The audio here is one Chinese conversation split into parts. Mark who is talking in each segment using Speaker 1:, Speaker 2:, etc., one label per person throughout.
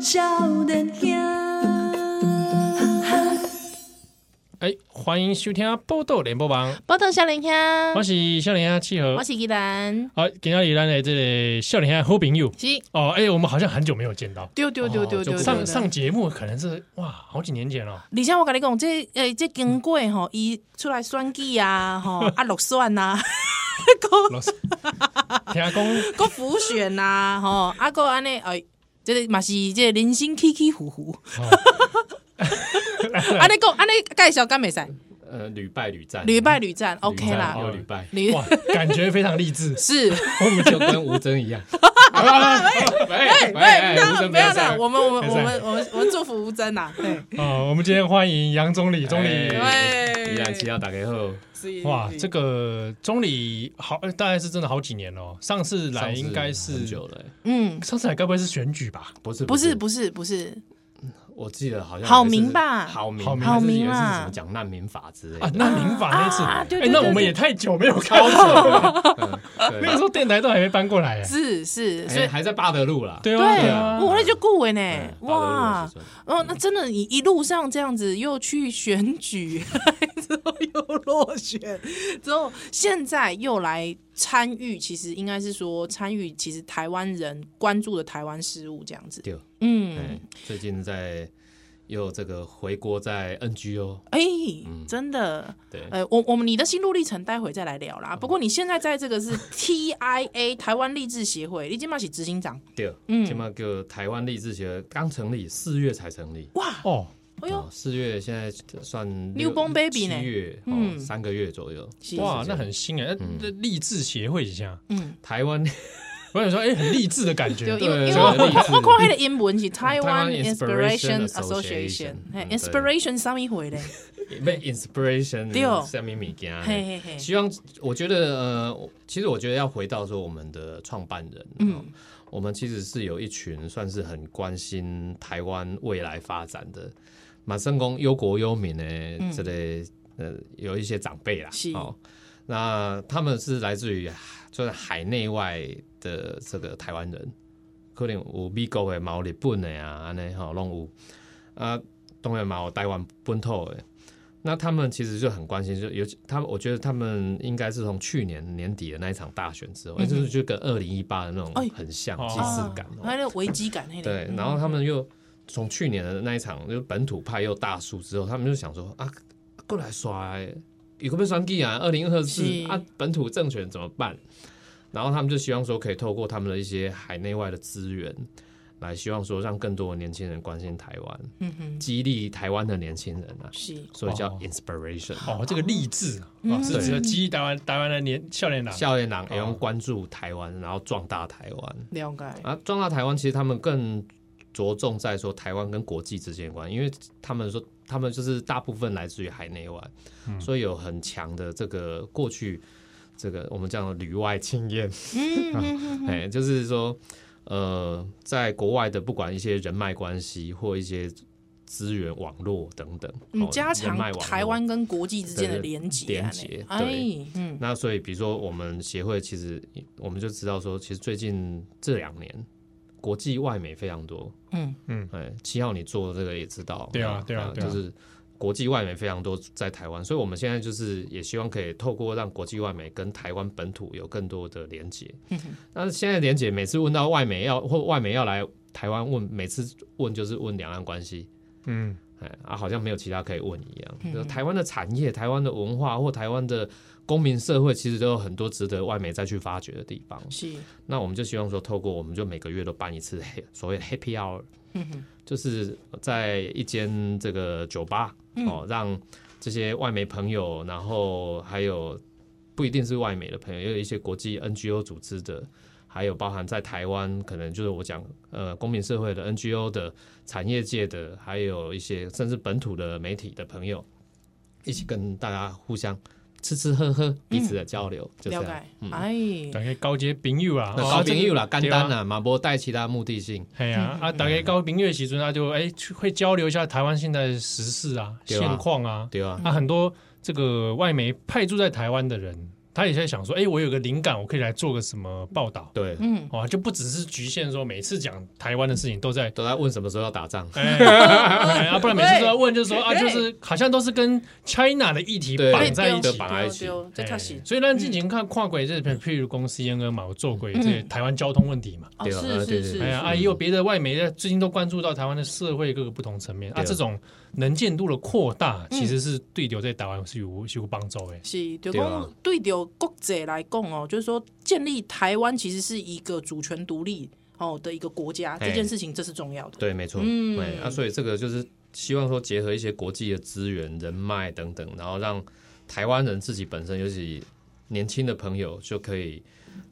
Speaker 1: 少年兄，
Speaker 2: 哎，欢迎收听《报道联播网》，
Speaker 3: 波特少年兄，
Speaker 2: 我是少年啊契合
Speaker 3: 嗯我。是吉兰，
Speaker 2: 好，今天咱的这个少年啊好朋友
Speaker 3: 是
Speaker 2: 哦，哎，我们好像很久没有见到，
Speaker 3: 丢丢丢丢
Speaker 2: 哦
Speaker 3: 丢
Speaker 2: 就上上节目可能是哇，好几年前 了。
Speaker 3: 而且我跟你讲，这诶、这经过吼，伊出来选举啊， 吼啊落选呐、啊，
Speaker 2: 老师，听 讲
Speaker 3: 个浮选 呐、啊，吼啊个安尼诶，这个嘛是这个人生起起伏伏。
Speaker 2: 哦
Speaker 3: 安尼讲安尼介绍敢袂使，
Speaker 4: 呃，屡败屡战，
Speaker 3: 屡败屡战，OK 啦
Speaker 4: 又，屡 败，
Speaker 3: 屡。
Speaker 2: 哦哇，感觉非常励志
Speaker 3: 是，
Speaker 4: 我们就跟吴征一样。
Speaker 3: 哎
Speaker 4: 喂
Speaker 3: 哎，不要不要啦，
Speaker 4: 啦，
Speaker 3: 我们我们
Speaker 2: 不要这
Speaker 3: 我们我们我们祝福吴真呐， 对，
Speaker 2: 哦，我们今天欢迎杨总
Speaker 3: 哎
Speaker 2: 理，总理。
Speaker 3: 喂
Speaker 4: 依然七要打开后，
Speaker 3: 是
Speaker 2: 哇，
Speaker 3: 是
Speaker 2: 这个总理好，呃大概是真的好几年了哦。上次来应该
Speaker 4: 上次
Speaker 2: 是
Speaker 4: 很久了欸，
Speaker 3: 嗯，
Speaker 2: 上次来该不会是选举吧？
Speaker 4: 不是
Speaker 3: 不是，不是不是，
Speaker 4: 我记得好像
Speaker 3: 好民吧
Speaker 4: 好民
Speaker 2: 好民
Speaker 4: 还是
Speaker 3: 好民
Speaker 4: 有一次
Speaker 3: 啊
Speaker 4: 什么讲难民法之类
Speaker 2: 啊，
Speaker 4: 的，
Speaker 2: 那民法那次，
Speaker 3: 啊对
Speaker 2: 哎
Speaker 3: 对，
Speaker 2: 那
Speaker 3: 对
Speaker 2: 我们
Speaker 3: 对
Speaker 2: 也太久没有看到了，
Speaker 4: 嗯
Speaker 2: 那个时候电台都还没搬过来。哎
Speaker 3: 是是，所以
Speaker 4: 对，哎还在巴德路啦，
Speaker 2: 对啊，
Speaker 3: 对，
Speaker 2: 啊
Speaker 3: 我那就顾伟呢
Speaker 4: 嗯，巴德路
Speaker 3: 哇
Speaker 4: 的时，候
Speaker 3: 哦，那真的，你一路上这样子又去选举， 之后又落选，之后现在又来参与，其实应该是说参与，其实台湾人关注的台湾事务这样子。
Speaker 4: 对，哎
Speaker 3: 嗯，，
Speaker 4: 最近在又这个回国在 NGO，
Speaker 3: 哎、真的，
Speaker 4: 对，
Speaker 3: 呃，我我们你的心路历程待会再来聊啦。不过你现在在这个是 TIA 台湾励志协会，你今嘛是执行长，
Speaker 4: 对，
Speaker 3: 嗯
Speaker 4: 起码个台湾励志学刚成立，四月才成立，
Speaker 3: 哇，
Speaker 2: 哦，
Speaker 3: 哎呦
Speaker 4: 哦，四月现在算
Speaker 3: Newborn baby 呢
Speaker 4: 七月
Speaker 3: 嗯
Speaker 4: 哦，三个月左右。
Speaker 3: 是
Speaker 2: 哇，那很新哎，
Speaker 4: 嗯
Speaker 2: 那那励志协会一下，
Speaker 3: 嗯，
Speaker 4: 台湾
Speaker 2: 我想说，哎，很励志的感觉
Speaker 3: 对，。
Speaker 4: 对
Speaker 3: 因为因为
Speaker 4: 这
Speaker 3: 我
Speaker 4: 个
Speaker 3: 我
Speaker 4: 例子
Speaker 3: 我看迄个英文是 Taiwan
Speaker 4: Taiwan
Speaker 3: Inspiration
Speaker 4: Inspiration
Speaker 3: Association，
Speaker 4: Association，
Speaker 3: 嘿
Speaker 4: 嗯对
Speaker 3: ，Inspiration 啥物回嘞？
Speaker 4: 被 inspiration
Speaker 3: 对哦
Speaker 4: 下面米家，
Speaker 3: 嘿嘿嘿，
Speaker 4: 希望我觉得呃，我其实我觉得要回到说我们的创办人，嗯，我们其实是有一群算是很关心台湾未来发展的，满圣公忧国忧民呢这类呃有一些长辈啦
Speaker 3: 嗯是，
Speaker 4: 哦，那他们是来自于就是海内外的这个台湾人，可能有美国的，嘛有日本的啊，安尼吼拢有啊，当然嘛有台湾本土的。那他们其实就很关心，就尤其他们，我觉得他们应该是从去年年底的那一场大选之后，
Speaker 3: 嗯哼
Speaker 4: 就是就跟二零一八的那
Speaker 3: 哎
Speaker 4: 种很像
Speaker 2: 哦
Speaker 4: 既视
Speaker 3: 啊
Speaker 4: 感、哦。
Speaker 3: 还有危机感，嘿，
Speaker 4: 对，
Speaker 3: 嗯
Speaker 4: 然后他们又从去年的那一场就本土派又大输之后，他们就想说啊，过来刷、欸，有个被双地啊，二零二四
Speaker 3: 是
Speaker 4: 啊，本土政权怎么办？然后他们就希望说，可以透过他们的一些海内外的资源，来希望说让更多的年轻人关心台湾，
Speaker 3: 嗯哼，
Speaker 4: 激励台湾的年轻人啊，
Speaker 3: 是，
Speaker 4: 所以叫
Speaker 2: 哦
Speaker 4: inspiration。
Speaker 2: 哦，这个励志啊，哦是
Speaker 4: 对
Speaker 2: 指激励台湾台湾的年少年郎。
Speaker 4: 校园党也
Speaker 2: 哦
Speaker 4: 用关注台湾，然后壮大台湾。
Speaker 3: 了解，
Speaker 4: 啊，壮大台湾其实他们更着重在说台湾跟国际之间的关系，因为他们说他们就是大部分来自于海内外，
Speaker 3: 嗯
Speaker 4: 所以有很强的这个过去这个我们叫做旅外经验，
Speaker 3: 嗯嗯嗯
Speaker 4: 哎，就是说呃，在国外的不管一些人脉关系或一些资源网络等等，哦
Speaker 3: 嗯，加
Speaker 4: 人
Speaker 3: 强
Speaker 4: 脉网络
Speaker 3: 台湾跟国际之间的
Speaker 4: 对对
Speaker 3: 连接，
Speaker 4: 连
Speaker 3: 安尼
Speaker 4: 结
Speaker 3: 哎
Speaker 4: 对，
Speaker 3: 嗯，
Speaker 4: 那所以，比如说我们协会，其实我们就知道说，其实最近这两年国际外媒非常多。
Speaker 3: 嗯
Speaker 2: 嗯
Speaker 4: 哎，七号你做这个也知道。哦
Speaker 2: 对啊对啊对啊
Speaker 4: 就是国际外媒非常多在台湾，所以我们现在就是也希望可以透过让国际外媒跟台湾本土有更多的连接。
Speaker 3: 嗯哼
Speaker 4: 但是现在连接每次问到外媒要或外媒要来台湾问，每次问就是问两岸关系。
Speaker 2: 嗯，
Speaker 4: 哎啊，好像没有其他可以问一样。
Speaker 3: 嗯
Speaker 4: 就台湾的产业、台湾的文化或台湾的公民社会，其实都有很多值得外媒再去发掘的地方。
Speaker 3: 是，
Speaker 4: 那我们就希望说，透过我们就每个月都办一次黑所谓的 Happy Hour，
Speaker 3: 嗯哼，
Speaker 4: 就是在一间这个酒吧、
Speaker 3: 嗯
Speaker 4: 哦，让这些外媒朋友，然后还有不一定是外媒的朋友，也有一些国际 NGO 组织的，还有包含在台湾，可能就是我讲呃公民社会的 NGO 的产业界的，还有一些甚至本土的媒体的朋友，一起跟大家互相吃吃喝喝，彼此的交流，就这
Speaker 3: 了
Speaker 4: 样。
Speaker 3: 解，
Speaker 4: 嗯
Speaker 3: 哎，
Speaker 2: 大家交结朋友啊，
Speaker 4: 那
Speaker 2: 哦
Speaker 4: 高频又啦，
Speaker 2: 这
Speaker 4: 简
Speaker 2: 个啊
Speaker 4: 单啦，马波带其他目的性。
Speaker 2: 哎呀啊，大概高明月时阵啊，就哎去会交流一下台湾现在的时事啊、
Speaker 4: 对啊
Speaker 2: 现况啊，
Speaker 4: 对啊，
Speaker 2: 啊很多这个外媒派驻在台湾的人，他也在想说，哎、我有个灵感，我可以来做个什么报道
Speaker 4: 对，
Speaker 3: 嗯，
Speaker 2: 哦，就不只是局限说每次讲台湾的事情都在。
Speaker 4: 都在问什么时候要打仗。
Speaker 2: 哎，哎啊，不然每次都在
Speaker 3: 对
Speaker 2: 问，就是说啊，
Speaker 3: 对
Speaker 2: 就是好像都是跟 China 的议题
Speaker 4: 对
Speaker 2: 绑
Speaker 3: 哎哦
Speaker 2: 在一
Speaker 4: 对
Speaker 2: 起
Speaker 4: 对，绑在一起
Speaker 3: 丢这
Speaker 2: 哎
Speaker 3: 确实
Speaker 2: 所以咱之前看跨国这，譬如公 CNN 嘛，我做过这
Speaker 3: 嗯
Speaker 2: 台湾交通问题嘛，
Speaker 3: 哦，
Speaker 4: 对啊呃
Speaker 3: 是是
Speaker 4: 对对
Speaker 3: 是，
Speaker 4: 对
Speaker 2: 哎呀，
Speaker 3: 是
Speaker 2: 啊，也有别的外媒最近都关注到台湾的社会各个不同层面啊，
Speaker 4: 对
Speaker 2: 这种能见度的扩大，其实是对留在台湾是有是有帮助的。
Speaker 3: 是，就
Speaker 4: 对啊
Speaker 3: 讲对着国际来讲哦，就是说建立台湾其实是一个主权独立哦的一个国家，
Speaker 4: 嘿
Speaker 3: 这件事情这是重要的。
Speaker 4: 对，没错，
Speaker 3: 嗯
Speaker 4: 对啊，所以这个就是希望说结合一些国际的资源、人脉等等，然后让台湾人自己本身，尤其年轻的朋友，就可以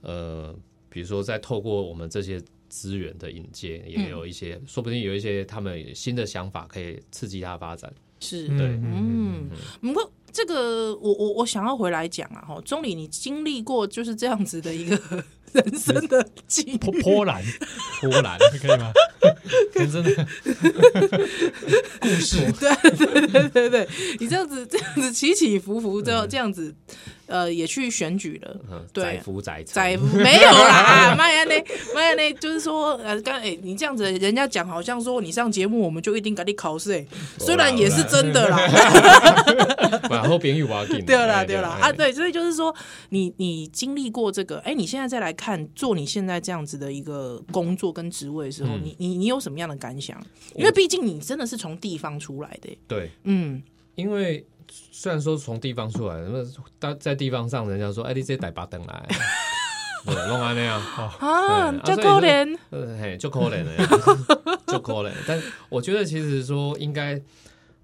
Speaker 4: 呃，比如说再透过我们这些资源的引介，也有一些，说不定有一些他们新的想法可以刺激他发展。
Speaker 3: 是，
Speaker 2: 嗯
Speaker 4: 对
Speaker 3: 嗯，不过这个我我我想要回来讲啊，哈，钟理你经历过就是这样子的一个 人生的经
Speaker 2: 波波兰
Speaker 4: 波兰
Speaker 2: 可以吗？人真的
Speaker 3: 对对对，你这样子这样子起起伏伏，之后这样子，呃，也去选举了。
Speaker 4: 嗯，
Speaker 3: 对
Speaker 4: 载福载沉
Speaker 3: 在没有啦， 麦安内，麦安内就是说，呃，刚哎、你这样子，人家讲好像说你上节目，我们就一定给你考试，哎，虽然也是真的 啦，
Speaker 4: 然后边玉瓦进，
Speaker 3: 对啦
Speaker 4: 哎
Speaker 3: 对啦，啊，，对，所以就是说，你你经历过这个，哎、你现在再来看做你现在这样子的一个工作跟职位的时候，
Speaker 4: 嗯
Speaker 3: 你你你有什么样的感想？因为毕竟你真的是从地方出来的、哎
Speaker 4: 对，
Speaker 3: 嗯，
Speaker 4: 因为虽然说从地方出来，那在在地方上，人家说哎，你这逮巴登来， 对，弄安那样，哦
Speaker 3: 啊，
Speaker 4: 对
Speaker 3: 叫
Speaker 4: 所以就
Speaker 3: 可怜，
Speaker 4: 呃嘿，就可怜了，就可怜。但我觉得其实说应该，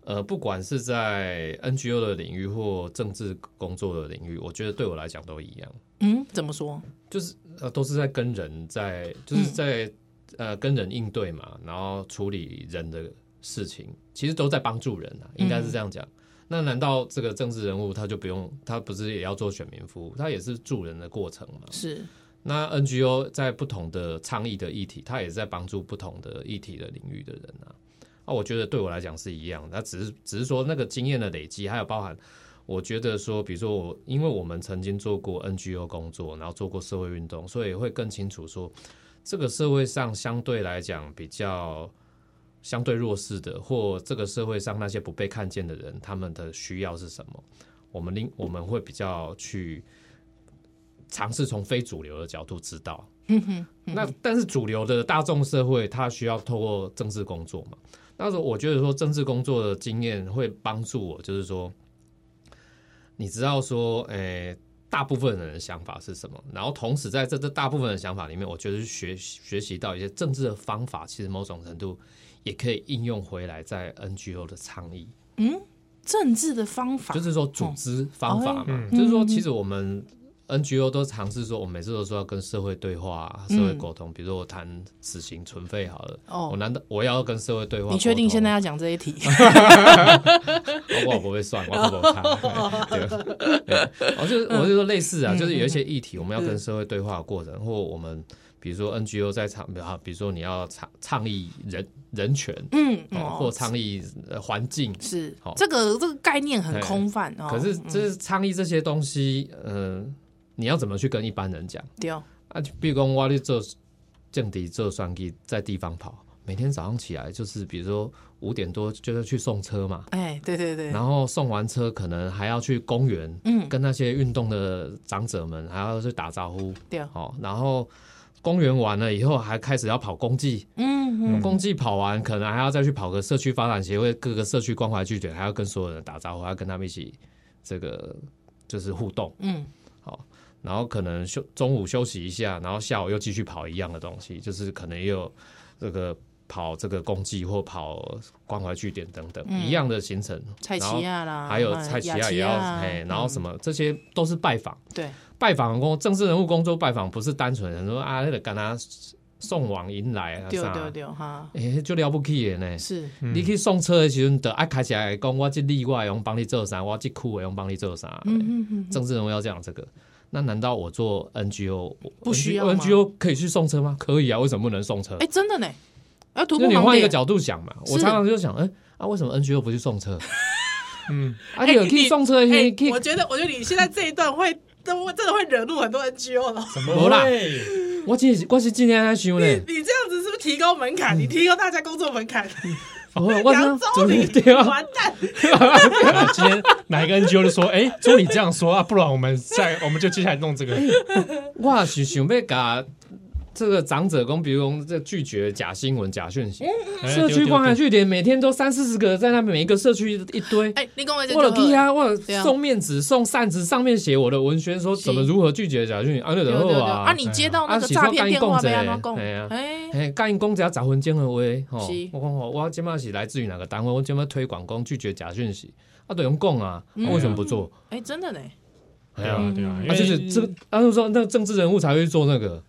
Speaker 4: 呃，不管是在 NGO 的领域或政治工作的领域，我觉得对我来讲都一样，
Speaker 3: 嗯，怎么说？
Speaker 4: 就是呃，都是在跟人在，就是在、呃跟人应对嘛，然后处理人的事情，其实都在帮助人啊，应该是这样讲。那难道这个政治人物他就不用，他不是也要做选民服务？他也是助人的过程嘛？
Speaker 3: 是，
Speaker 4: 那 NGO 在不同的倡议的议题，它也是在帮助不同的议题的领域的人啊。啊，我觉得对我来讲是一样，那只是只是说那个经验的累积，还有包含，我觉得说，比如说我，因为我们曾经做过 NGO 工作，然后做过社会运动，所以会更清楚说，这个社会上相对来讲比较相对弱势的，或这个社会上那些不被看见的人，他们的需要是什么？我们另我们会比较去尝试从非主流的角度知道。那但是主流的大众社会，它需要透过政治工作嘛？那时候我觉得说政治工作的经验会帮助我，就是说，你知道说，诶、大部分人的想法是什么？然后同时在这这大部分的想法里面，我觉得是学习学习到一些政治的方法，其实某种程度也可以应用回来在 NGO 的倡议。
Speaker 3: 政治的方法嗯哦
Speaker 4: 就是说组织方法嘛，
Speaker 2: 嗯
Speaker 4: 就是说其实我们 NGO 都尝试说，我每次都说要跟社会对话啊、社会沟通，比如说我谈死刑存废好了，
Speaker 3: 嗯哦
Speaker 4: 我难道我要跟社会对话沟通？啊
Speaker 3: 你确定现在要讲这一题？
Speaker 4: 我我不会算，我不会看。啊对，对我就是
Speaker 3: 嗯
Speaker 4: 我就说类似啊，就是有一些议题，我们要跟社会对话的过程，或我们比如说 NGO 在倡，啊比如说你要倡倡议人人权，
Speaker 3: 嗯，
Speaker 4: 哦
Speaker 3: 哦
Speaker 4: 或倡议呃环境，
Speaker 3: 是
Speaker 4: 好哎
Speaker 3: 这个这个概念很空泛哦。
Speaker 4: 可是这是倡议这些东西，嗯、你要怎么去跟一般人讲？
Speaker 3: 对哦，
Speaker 4: 啊，就比如讲我咧做政敌做算计，在地方跑，每天早上起来就是，比如说五点多就是去送车嘛，
Speaker 3: 哎，对对对，
Speaker 4: 然后送完车可能还要去公园，
Speaker 3: 嗯，
Speaker 4: 跟那些运动的长者们还要去打招呼，
Speaker 3: 对哦，
Speaker 4: 哦，然后公园完了以后还开始要跑公祭，
Speaker 3: 嗯，嗯
Speaker 4: 公祭跑完可能还要再去跑个社区发展协会各个社区关怀据点，还要跟所有人打招呼，还要跟他们一起这个就是互动，
Speaker 3: 嗯，
Speaker 4: 好，然后可能休中午休息一下，然后下午又继续跑一样的东西，就是可能也有这个跑这个公祭或跑关怀据点等等、一样的行程，
Speaker 3: 蔡奇亚啦，
Speaker 4: 还有
Speaker 3: 哎
Speaker 4: 蔡
Speaker 3: 嗯
Speaker 4: 奇
Speaker 3: 雅
Speaker 4: 亚也要
Speaker 3: 啊
Speaker 4: 哎、然后什么、这些都是拜访，
Speaker 3: 对，
Speaker 4: 拜访工政治人物工作拜访不是单纯人说啊那个跟他送往迎来啊
Speaker 3: 丢
Speaker 4: 啥，
Speaker 3: 丢丢哈，
Speaker 4: 哎、就了不起的呢。
Speaker 3: 是
Speaker 4: 你去送车的时阵，就爱开起来讲，我这例外用帮你做啥，我这苦用帮你做啥。
Speaker 3: 嗯
Speaker 4: 政治人物要这样这个，那难道我做 NGO 我
Speaker 3: 不需要吗
Speaker 4: NGO 可以去送车吗？可以啊，为什么不能送车？
Speaker 3: 哎，真的呢，哎要突
Speaker 4: 那
Speaker 3: 破
Speaker 4: 你
Speaker 3: 盲
Speaker 4: 换一个
Speaker 3: 点。
Speaker 4: 角度想嘛，我
Speaker 3: 是
Speaker 4: 常常就想，哎、啊，为什么 NGO 不去送车？
Speaker 2: 嗯，
Speaker 4: 啊，你有
Speaker 3: 哎
Speaker 4: 可以
Speaker 3: 你
Speaker 4: 送车的时候，
Speaker 3: 哎
Speaker 4: 你可以
Speaker 3: 我觉得，我觉得你现在这一段会都会真的会惹怒很多 NGO 的。
Speaker 2: 怎么
Speaker 4: 没啦
Speaker 2: 会？
Speaker 4: 我今我是今天在想呢，
Speaker 3: 你这样子是不是提高门槛？你提高大家工作门 槛，
Speaker 4: 哦我我
Speaker 3: 杨
Speaker 4: 怎
Speaker 3: 总
Speaker 4: 么
Speaker 3: 理
Speaker 4: 对啊？
Speaker 3: 完蛋，
Speaker 2: 啊今天哪一个 NGO 就说，哎，朱你这样说啊，不然我们再我们就接下来弄
Speaker 4: 哎
Speaker 2: 这个。
Speaker 4: 我是想要把这个长者工，比如说这拒绝假新闻、假讯息，
Speaker 2: 哎
Speaker 4: 社
Speaker 2: 丢
Speaker 4: 区
Speaker 2: 丢
Speaker 4: 关爱
Speaker 2: 丢
Speaker 4: 据点每天都三四十个在那边，每一个社区一堆。
Speaker 3: 哎，你跟我
Speaker 4: 我了屁啊！我有
Speaker 3: 对啊
Speaker 4: 送面子、送扇子，上面写我的文宣，说怎么
Speaker 3: 是
Speaker 4: 如何拒绝假讯 息，啊，就
Speaker 3: 对
Speaker 4: 然
Speaker 3: 对
Speaker 4: 后
Speaker 3: 对，
Speaker 4: 啊
Speaker 3: 啊，，你接到那
Speaker 4: 啊
Speaker 3: 个
Speaker 4: 是
Speaker 3: 诈
Speaker 4: 说
Speaker 3: 骗
Speaker 4: 跟
Speaker 3: 电
Speaker 4: 他
Speaker 3: 话
Speaker 4: 讲
Speaker 3: 被
Speaker 4: 者
Speaker 3: 安怎讲？
Speaker 4: 哎呀
Speaker 3: 哎，
Speaker 4: 嘿，甲因讲一下十分钟的话，吼
Speaker 3: 是，
Speaker 4: 我讲吼，我即摆是来自于哪个单位？我即摆推广讲拒绝假讯息，啊，对用讲啊，啊为什么不做？
Speaker 3: 哎，真的呢，嗯
Speaker 4: 哎
Speaker 2: 对
Speaker 4: 呀，
Speaker 2: 啊，对啊，因
Speaker 4: 啊，
Speaker 2: 为
Speaker 4: 就是这个，他就说那政治人物才会做 那个，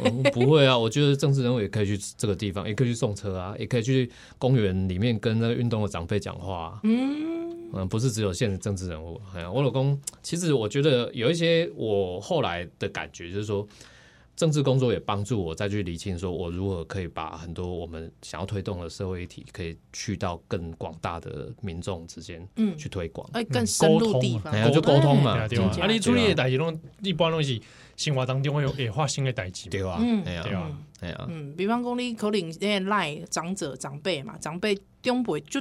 Speaker 4: 我说不会啊，我觉得政治人物也可以去这个地方，也可以去送车啊，也可以去公园里面跟那个运动的长辈讲话、啊。
Speaker 3: 嗯，
Speaker 4: 嗯，不是只有现在政治人物。哎呀，我老公，其实我觉得有一些我后来的感觉就是说，政治工作也帮助我再去理清，说我如何可以把很多我们想要推动的社会议题，可以去到更广大的民众之间，
Speaker 3: 嗯
Speaker 4: 去推广。
Speaker 3: 哎，更深入地方
Speaker 4: 哎，呀，就沟通
Speaker 2: 对
Speaker 4: 嘛，
Speaker 2: 啊，对啊
Speaker 3: 真，的
Speaker 2: 啊，你处理的代志拢一般拢是生活当中会有会发生的代志嘛，
Speaker 4: 对啊
Speaker 3: 嗯，
Speaker 4: 哎呀
Speaker 2: 对，啊，
Speaker 4: 哎呀，
Speaker 3: 嗯，比方讲你可能那赖长者长辈嘛，长辈长辈就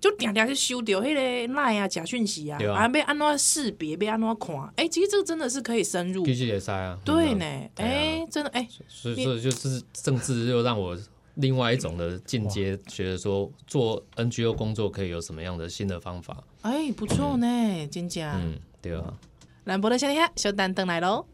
Speaker 3: 就定定去收到迄个赖啊假讯息啊
Speaker 4: 对，啊
Speaker 3: 啊要安怎识别，要安怎看？哎、其实这个真的是可以深入，
Speaker 4: 继续也塞啊，
Speaker 3: 对
Speaker 4: 嗯
Speaker 3: 呢，哎、真的哎、
Speaker 4: 所以说就是政治又让我另外一种的进阶，觉得说做 NGO 工作可以有什么样的新的方法？
Speaker 3: 哎、不错呢，真正。
Speaker 4: 嗯，对啊。
Speaker 3: 兰博的小天下，小蛋登来喽。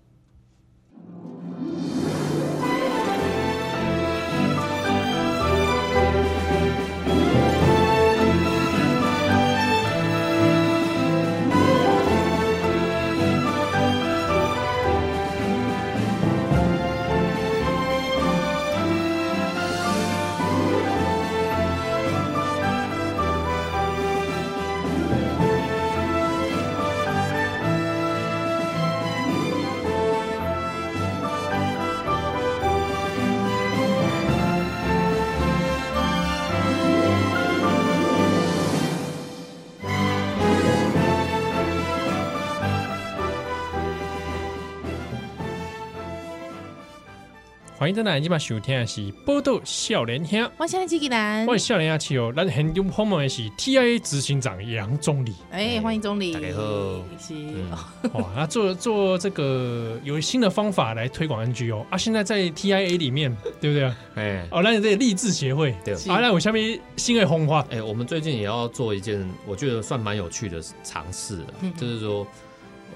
Speaker 2: 欢迎再来，今晚收听的啊是《波豆笑莲兄》，
Speaker 3: 我现在几个
Speaker 4: 嗯
Speaker 3: 人
Speaker 2: 我？是笑莲兄七哦，咱很久访问的是 TIA 执行长杨总 理
Speaker 3: 哎、欢迎总理。
Speaker 4: 大家好
Speaker 3: 是、哦
Speaker 4: 嗯
Speaker 2: 哇，他做做这个有新的方法来推广 NGO 啊，现在在 TIA 里面对不对啊？
Speaker 4: 哎
Speaker 2: 哦，那这个励志协会
Speaker 4: 对
Speaker 3: 是
Speaker 2: 啊，那我下面新的红花，
Speaker 4: 哎，我们最近也要做一件我觉得算蛮有趣的尝试的
Speaker 3: 嗯，
Speaker 4: 就是说，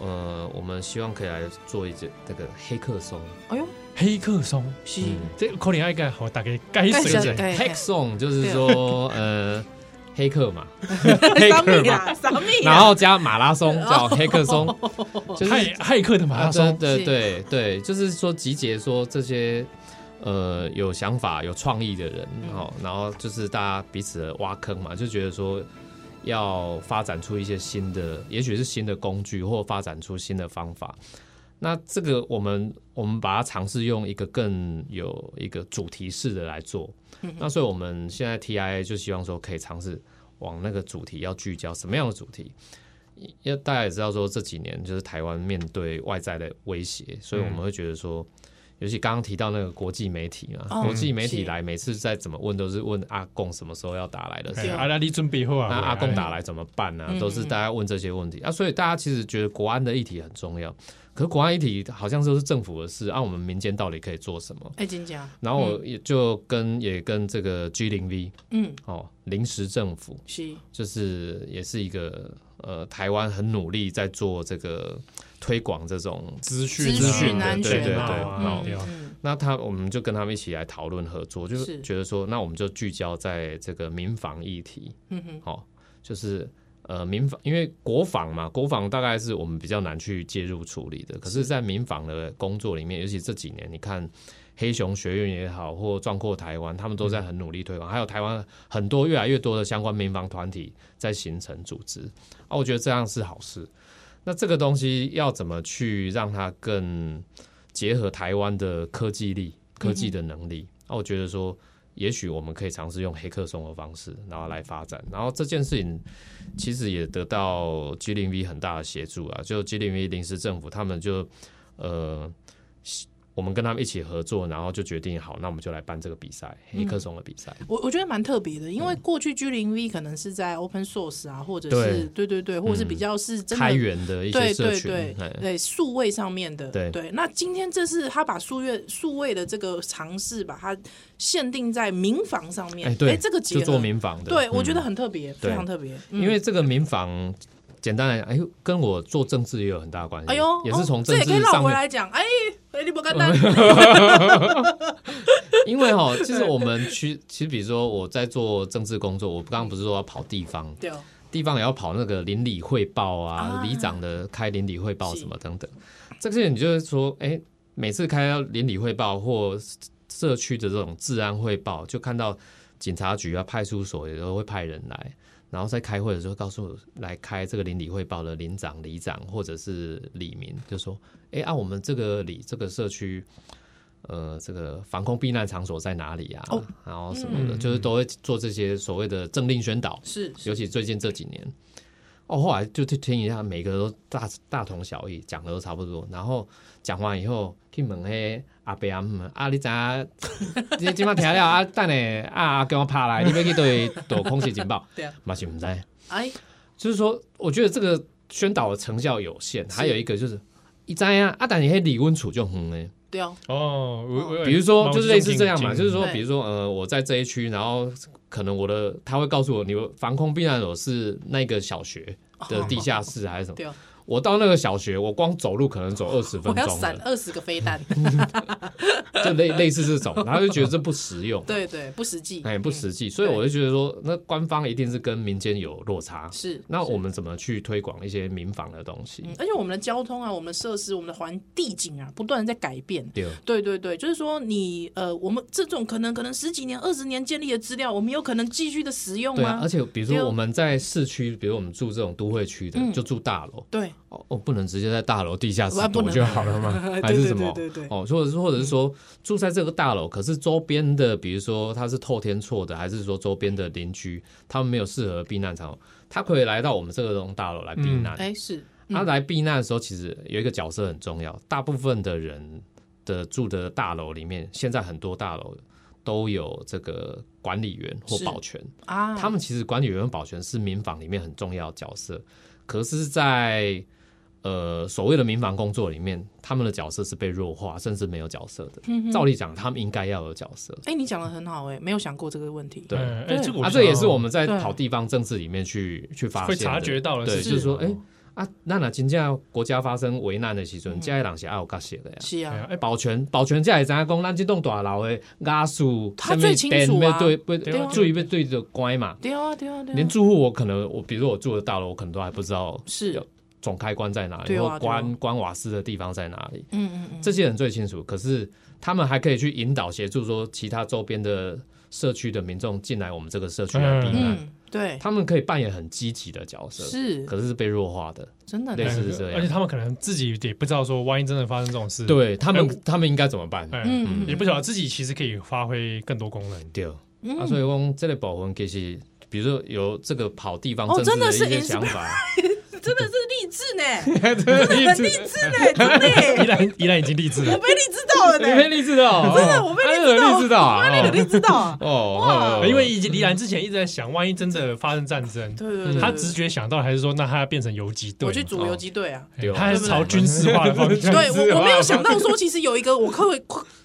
Speaker 4: 呃，我们希望可以来做一件这个黑客松，
Speaker 3: 哎呦，
Speaker 2: 黑客松，
Speaker 3: 是、
Speaker 4: 嗯
Speaker 2: 这可能要该好大概该
Speaker 3: 该
Speaker 2: 谁
Speaker 3: 谁
Speaker 2: 谁
Speaker 3: 对啊
Speaker 4: 黑 song 就是说，呃，黑 客嘛，黑
Speaker 3: 啥
Speaker 4: 客
Speaker 3: 米
Speaker 4: 嘛，
Speaker 3: 啦，啥米
Speaker 4: 然
Speaker 3: 啦。
Speaker 4: 后加马 拉松叫黑客松，
Speaker 3: 哦
Speaker 4: 就是
Speaker 2: 骇骇客的马拉
Speaker 4: 啊
Speaker 2: 松，
Speaker 4: 对
Speaker 3: 是
Speaker 4: 对对对，就是说集结说这些呃有想法、有创意的人，哦，然后就是大家彼此的挖坑嘛，就觉得说要发展出一些新的，也许是新的工具，或发展出新的方法。那这个我们我们把它尝试用一个更有一个主题式的来做，
Speaker 3: 嗯
Speaker 4: 那所以我们现在 TIA 就希望说可以尝试往那个主题要聚焦，什么样的主题？因为大家也知道说这几年就是台湾面对外在的威胁，所以我们会觉得说，尤其刚刚提到那个国际媒体嘛，
Speaker 3: 哦
Speaker 4: 国际媒体
Speaker 3: 是
Speaker 4: 来每次再怎么问都是问阿贡什么时候要打来的事
Speaker 2: 哎
Speaker 3: 对
Speaker 2: 啊，那你准备好啊？
Speaker 4: 那阿公
Speaker 2: 哎
Speaker 4: 打来怎么办呢、
Speaker 3: 嗯
Speaker 4: 都是大家问这些问题啊，所以大家其实觉得国安的议题很重要，可是国安议题好像都是政府的事，啊，我们民间到底可以做什么？
Speaker 3: 哎、真正。
Speaker 4: 然后我也就跟、也跟这个 G 零 V
Speaker 3: 嗯，
Speaker 4: 哦，临时政府
Speaker 3: 是
Speaker 4: 就是也是一个呃，台湾很努力在做这个推广这种
Speaker 2: 资讯啊
Speaker 3: 资讯
Speaker 4: 安全
Speaker 2: 对对
Speaker 4: 啊
Speaker 2: 对
Speaker 4: 好
Speaker 2: 对啊，
Speaker 3: 嗯
Speaker 4: 那他我们就跟他们一起来讨论合作，就是
Speaker 3: 是
Speaker 4: 觉得说，那我们就聚焦在这个民防议题，
Speaker 3: 嗯哼，
Speaker 4: 好、就是呃民防，因为国防嘛，国防大概是我们比较难去介入处理的，可是，在民防的工作里面，尤其这几年，你看黑熊学院也好，或壮阔台湾，他们都在很努力推广，还有台湾很多越来越多的相关民防团体在形成组织，啊，我觉得这样是好事。那这个东西要怎么去让它更结合台湾的科技力、科技的能力？啊，我觉得说也许我们可以尝试用黑客松的方式，然后来发展。然后这件事情其实也得到 G 零 V 很大的协助啊，就 G 零 V 临时政府他们就呃，我们跟他们一起合作，然后就决定好，那我们就来办这个比赛，黑客松的比赛。
Speaker 3: 我我觉得蛮特别的，因
Speaker 4: 嗯
Speaker 3: 为过去 G 零 V 可能是在 Open Source 啊，或者
Speaker 4: 对嗯
Speaker 3: 是对对对，或者是比较是真
Speaker 4: 开
Speaker 3: 的
Speaker 4: 源的一些社群，哎
Speaker 3: 对对
Speaker 4: 嘿
Speaker 3: 对对，数位上面的
Speaker 4: 对
Speaker 3: 那今天这是他把数月数位的这个尝试，把它限定在民房上面。
Speaker 4: 哎，对，
Speaker 3: 这个结
Speaker 4: 就
Speaker 3: 合，
Speaker 4: 做民房的，
Speaker 3: 对我
Speaker 4: 嗯
Speaker 3: 觉得很特别，非常特别。嗯
Speaker 4: 因为这个民房，简单来讲，哎呦，跟我做政治也有很大的关系。
Speaker 3: 哎呦，
Speaker 4: 也是从
Speaker 3: 哦这
Speaker 4: 政
Speaker 3: 也可以
Speaker 4: 治
Speaker 3: 绕
Speaker 4: 上
Speaker 3: 回
Speaker 4: 面，
Speaker 3: 来讲，哎，哎 你不干单，
Speaker 4: 因为哈、其实我们去，其实比如说我在做政治工作，我刚刚不是说要跑地方，
Speaker 3: 对哦，
Speaker 4: 地方也要跑那个邻里汇报啊，
Speaker 3: 啊
Speaker 4: 里长的开邻里汇报什么等等，这些你就是说，哎，每次开到邻里汇报或社区的这种治安汇报，就看到警察局啊、派出所也都会派人来，然后在开会的时候告诉我来开这个邻里汇报的邻长、里长或者是里民，就说，哎，啊，我们这个里这个社区。呃，这个防空避难场所在哪里啊？
Speaker 3: 哦
Speaker 4: 然后什么的，就是都会做这些所谓的政令宣导。
Speaker 3: 是？
Speaker 4: 尤其最近这几年，哦，后来就去听一下，每个都大大同小异，讲的都差不多。然后讲完以后，去问那阿伯阿姆，啊，你知影？ 你今晚听了啊？等下啊，给我拍来，你要去对躲空气警报
Speaker 3: 对啊，
Speaker 4: 嘛是唔知。
Speaker 3: 哎，
Speaker 4: 就是说，我觉得这个宣导的成效有限。还有一个就是，一知啊，啊，但你迄离阮厝就远诶。
Speaker 3: 对哦，
Speaker 2: 哦，我我
Speaker 4: 比如说，就是类似这样嘛，就是说，
Speaker 3: 对
Speaker 4: 比如说，呃，我在这一区，然后可能我的他会告诉我，你的防空避难所是那个小学的地下室还是什么？
Speaker 3: 哦对哦，
Speaker 4: 我到那个小学，我光走路可能走二十分
Speaker 3: 我要
Speaker 4: 钟
Speaker 3: 闪
Speaker 4: 了，
Speaker 3: 二十个飞 弹，
Speaker 4: 就类类似这 种，然后就觉得这不实用，
Speaker 3: 对对，不实际，
Speaker 4: 哎，不
Speaker 3: 嗯
Speaker 4: 实际，所以我就觉得说，那官方一定是跟民间有落差。
Speaker 3: 嗯是。
Speaker 4: 那我们怎么去推广一些民防的东西？
Speaker 3: 嗯而且我们的交通啊，我们的设施，我们的环地景啊，不断的在改变。
Speaker 4: 对，啊
Speaker 3: 对对对，就是说你呃，我们这种可能可能十几年、二十年建立的资料，我们有可能继续的使用
Speaker 4: 对啊，
Speaker 3: 吗
Speaker 4: 而？且比如
Speaker 3: 对
Speaker 4: 说
Speaker 3: 哦
Speaker 4: 我们在市区，比如我们住这种都会区的，
Speaker 3: 嗯
Speaker 4: 就住大楼，
Speaker 3: 对，
Speaker 4: 哦，哦不能直接在大楼地下室
Speaker 3: 我啊不
Speaker 4: 躲
Speaker 3: 能？
Speaker 4: 就好了吗啊 还是什么？
Speaker 3: 对对对对对
Speaker 4: 哦，或者是或者是说住在这个大楼，可是周边的，比如说它是透天错的，还是说周边的邻居他们没有适合的避难场所，他可以来到我们这个栋大楼来避难。
Speaker 3: 哎是，
Speaker 4: 他、来避难的时候，其实有一个角色很重要，大部分的人的住的大楼里面，现在很多大楼都有这个管理员或
Speaker 3: 是
Speaker 4: 保全。
Speaker 3: 啊，
Speaker 4: 他们其实管理员保全是民防里面很重要的角色，可是在，呃所谓的民防工作里面，他们的角色是被弱化，甚至没有角色的。照理讲，他们应该要有角色。
Speaker 3: 嗯哎、你讲的很好哎、没有想过这个问题。
Speaker 4: 对，
Speaker 2: 哎
Speaker 3: 对
Speaker 2: 哎，这个
Speaker 4: 啊，
Speaker 2: 想
Speaker 4: 这也是
Speaker 2: 要
Speaker 4: 我们在
Speaker 3: 对
Speaker 4: 跑地方政治里面去去发
Speaker 2: 会
Speaker 4: 现的
Speaker 2: 察觉到的
Speaker 4: 对，
Speaker 2: 事
Speaker 4: 就
Speaker 2: 情
Speaker 4: 是说，
Speaker 2: 哦
Speaker 4: 哎、啊，那那真正国家发生危难的时
Speaker 3: 嗯
Speaker 4: 阵，这一人是爱有角色的呀。
Speaker 3: 是
Speaker 2: 哎呀
Speaker 3: 啊，
Speaker 2: 哎
Speaker 4: 保全保全才会知影讲，咱这栋大楼的压数，
Speaker 3: 他最清楚啊
Speaker 4: 对对
Speaker 2: 对啊
Speaker 4: 对，注意被对着乖嘛。
Speaker 3: 对啊，对啊，对
Speaker 4: 连
Speaker 3: 啊，
Speaker 4: 住户我可能我比如说我住的大楼，我可能都还不知道
Speaker 3: 是，
Speaker 4: 总开关在哪
Speaker 3: 对
Speaker 4: 里，
Speaker 3: 啊
Speaker 4: 或
Speaker 3: 对
Speaker 4: 关关瓦斯的地方在哪里，
Speaker 3: 嗯嗯嗯，
Speaker 4: 这些人最清楚。可是他们还可以去引导协助说其他周边的社区的民众进来我们这个社区来避难，
Speaker 3: 嗯，对，
Speaker 4: 他们可以扮演很积极的角色，
Speaker 3: 是
Speaker 4: 可是是被弱化的。
Speaker 3: 真的
Speaker 4: 类
Speaker 3: 呢，
Speaker 4: 似是这样
Speaker 2: 而且他们可能哎自己也不知道说，万一真的发生这种事，，
Speaker 4: 对他
Speaker 2: 哎
Speaker 4: 们，他们应该怎么办？
Speaker 2: 哎，
Speaker 3: 嗯
Speaker 2: 也不晓得自己其实可以发挥更多功 能。
Speaker 4: 对，
Speaker 3: 嗯
Speaker 4: 啊，所以讲这类保温其实，比如说有这个跑地方
Speaker 3: 哦
Speaker 4: 政治
Speaker 3: 真的
Speaker 4: 的一
Speaker 3: 是
Speaker 4: 些 想法，
Speaker 3: 真的是励志呢， 很励志呢，真的
Speaker 2: 依
Speaker 3: 耶，
Speaker 2: 然依然已经励志
Speaker 3: 我
Speaker 2: 了，
Speaker 3: 被励志到了
Speaker 4: 你被
Speaker 3: 呢，
Speaker 4: 励志的哦，
Speaker 3: 真的我被励志到
Speaker 4: 励志的啊，
Speaker 3: 我被
Speaker 4: 哦
Speaker 3: 励志到啊，
Speaker 4: 哦，哦
Speaker 2: 因为依然之前一直在想，万一真的发生战争，
Speaker 3: 对
Speaker 4: 嗯
Speaker 3: 对对，
Speaker 2: 他
Speaker 3: 对
Speaker 2: 直，觉想到还是说，那他要变成游击队
Speaker 3: 我
Speaker 2: 嘛，
Speaker 3: 去组游击队 啊，
Speaker 2: 哎
Speaker 4: 对哦
Speaker 2: 他还是朝军事化的方向。
Speaker 3: 对我
Speaker 4: 啊
Speaker 3: 我没有想到说，其实有一个我可以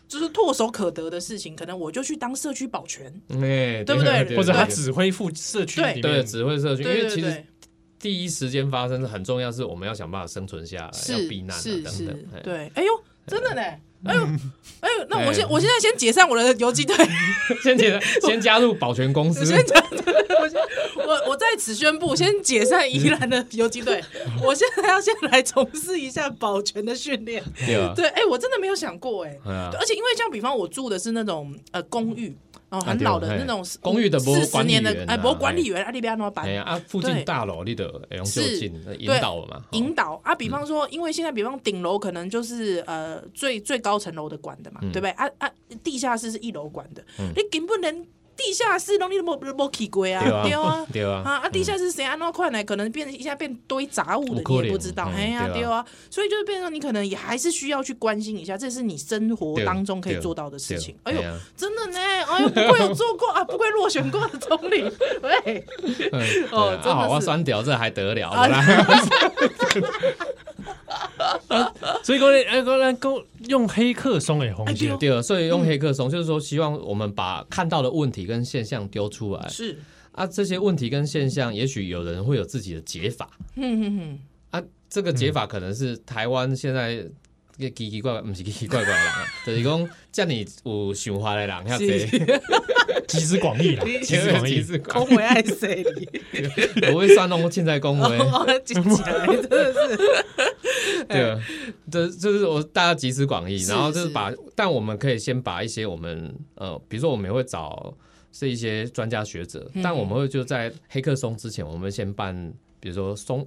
Speaker 3: 就是唾手可得的事情，可能我就去当社区保全，
Speaker 4: 哎，
Speaker 3: 对不对
Speaker 2: 或者他
Speaker 3: 对
Speaker 2: 指挥副社区里面，
Speaker 4: 对指挥社区，
Speaker 3: 对
Speaker 4: 因为
Speaker 3: 对
Speaker 4: 其实
Speaker 3: 对，
Speaker 4: 第一时间发生是很重要，是我们要想办法生存下来，要避
Speaker 3: 是
Speaker 4: 难啊
Speaker 3: 是
Speaker 4: 等
Speaker 3: 是
Speaker 4: 等。哎，
Speaker 3: 对，哎呦，真 的呢，哎呦哎呦，那我
Speaker 4: 哎
Speaker 3: 现我现在先解散我的游击队。
Speaker 4: 先解先加入保全公司，
Speaker 3: 我我在此宣布，先解散宜兰的游击 队。我现在要先来从事一下保全的训练。
Speaker 4: 对啊，
Speaker 3: 对，哎、我真的没有想过、哎、
Speaker 4: 嗯啊
Speaker 3: 对而且因为像比方我住的是那种呃公寓，哦，
Speaker 4: 啊
Speaker 3: 很
Speaker 4: 对
Speaker 3: 老的
Speaker 4: 嘿
Speaker 3: 那种
Speaker 4: 公寓的博物
Speaker 3: 四十
Speaker 4: 管理
Speaker 3: 年的
Speaker 4: 员
Speaker 3: 哎，
Speaker 4: 啊
Speaker 3: 博物管理员啊，你不要那么
Speaker 4: 哎
Speaker 3: 板
Speaker 4: 呀啊，附
Speaker 3: 对
Speaker 4: 近大楼你的用就近呃引导嘛，哦
Speaker 3: 引导啊，比方说，因为现在比方顶楼可能就是呃最最高层楼的管的嘛，
Speaker 4: 嗯
Speaker 3: 对不对？啊啊，地下室是一楼管的，你根本连地下室都你都没没去过啊，
Speaker 4: 对
Speaker 3: 啊
Speaker 4: 啊。对
Speaker 3: 啊
Speaker 4: 啊
Speaker 3: 啊！地下室谁安那快呢？可能变一下变堆杂物的，
Speaker 4: 有可
Speaker 3: 你
Speaker 4: 能
Speaker 3: 也不知道。
Speaker 4: 嗯
Speaker 3: 哎呀，
Speaker 4: 对
Speaker 3: 对
Speaker 4: 啊
Speaker 3: 啊，所以就是变成你可能也还是需要去关心一下，这是你生活
Speaker 4: 对
Speaker 3: 当中可以
Speaker 4: 对
Speaker 3: 做到的事情。哎
Speaker 4: 对
Speaker 3: 呦，
Speaker 4: 啊
Speaker 3: 真的呢！哎呦，不愧有做过 啊，不愧落选过的总理。 喂，
Speaker 4: 嗯
Speaker 3: 哦
Speaker 4: 对啊
Speaker 3: 真的
Speaker 4: 啊好啊，
Speaker 3: 是
Speaker 4: 酸屌这还得了？
Speaker 3: 啊
Speaker 4: 好啦，
Speaker 2: 所以讲咧，哎，讲咱讲用黑客松诶红
Speaker 3: 哎对
Speaker 2: 线
Speaker 3: 哦，
Speaker 4: 对啊，所以用黑客松就是说，希望我们把看到的问题跟现象丢出来
Speaker 3: 是，
Speaker 4: 啊，这些问题跟现象，也许有人会有自己的解法
Speaker 3: 哼哼哼，
Speaker 4: 啊，这个
Speaker 3: 嗯
Speaker 4: 解法可能是台湾现在。个奇奇怪怪，不是奇奇怪怪的人啊， 就是讲叫你有想法的 人遐
Speaker 3: 是
Speaker 4: 多，
Speaker 2: 集思广益啦，集思广益
Speaker 4: 其。实
Speaker 3: 恭维爱谁？
Speaker 4: 我会算弄凊彩讲 话，
Speaker 3: 哦，捡起来真的是，
Speaker 4: 对，这就是我大家集思广益，
Speaker 3: 是
Speaker 4: 然后就是把，但我们可以先把一些我们呃，比如说我们也会找是一些专家学者，
Speaker 3: 嗯
Speaker 4: 但我们会就在黑客松之前，我们先办，比如说松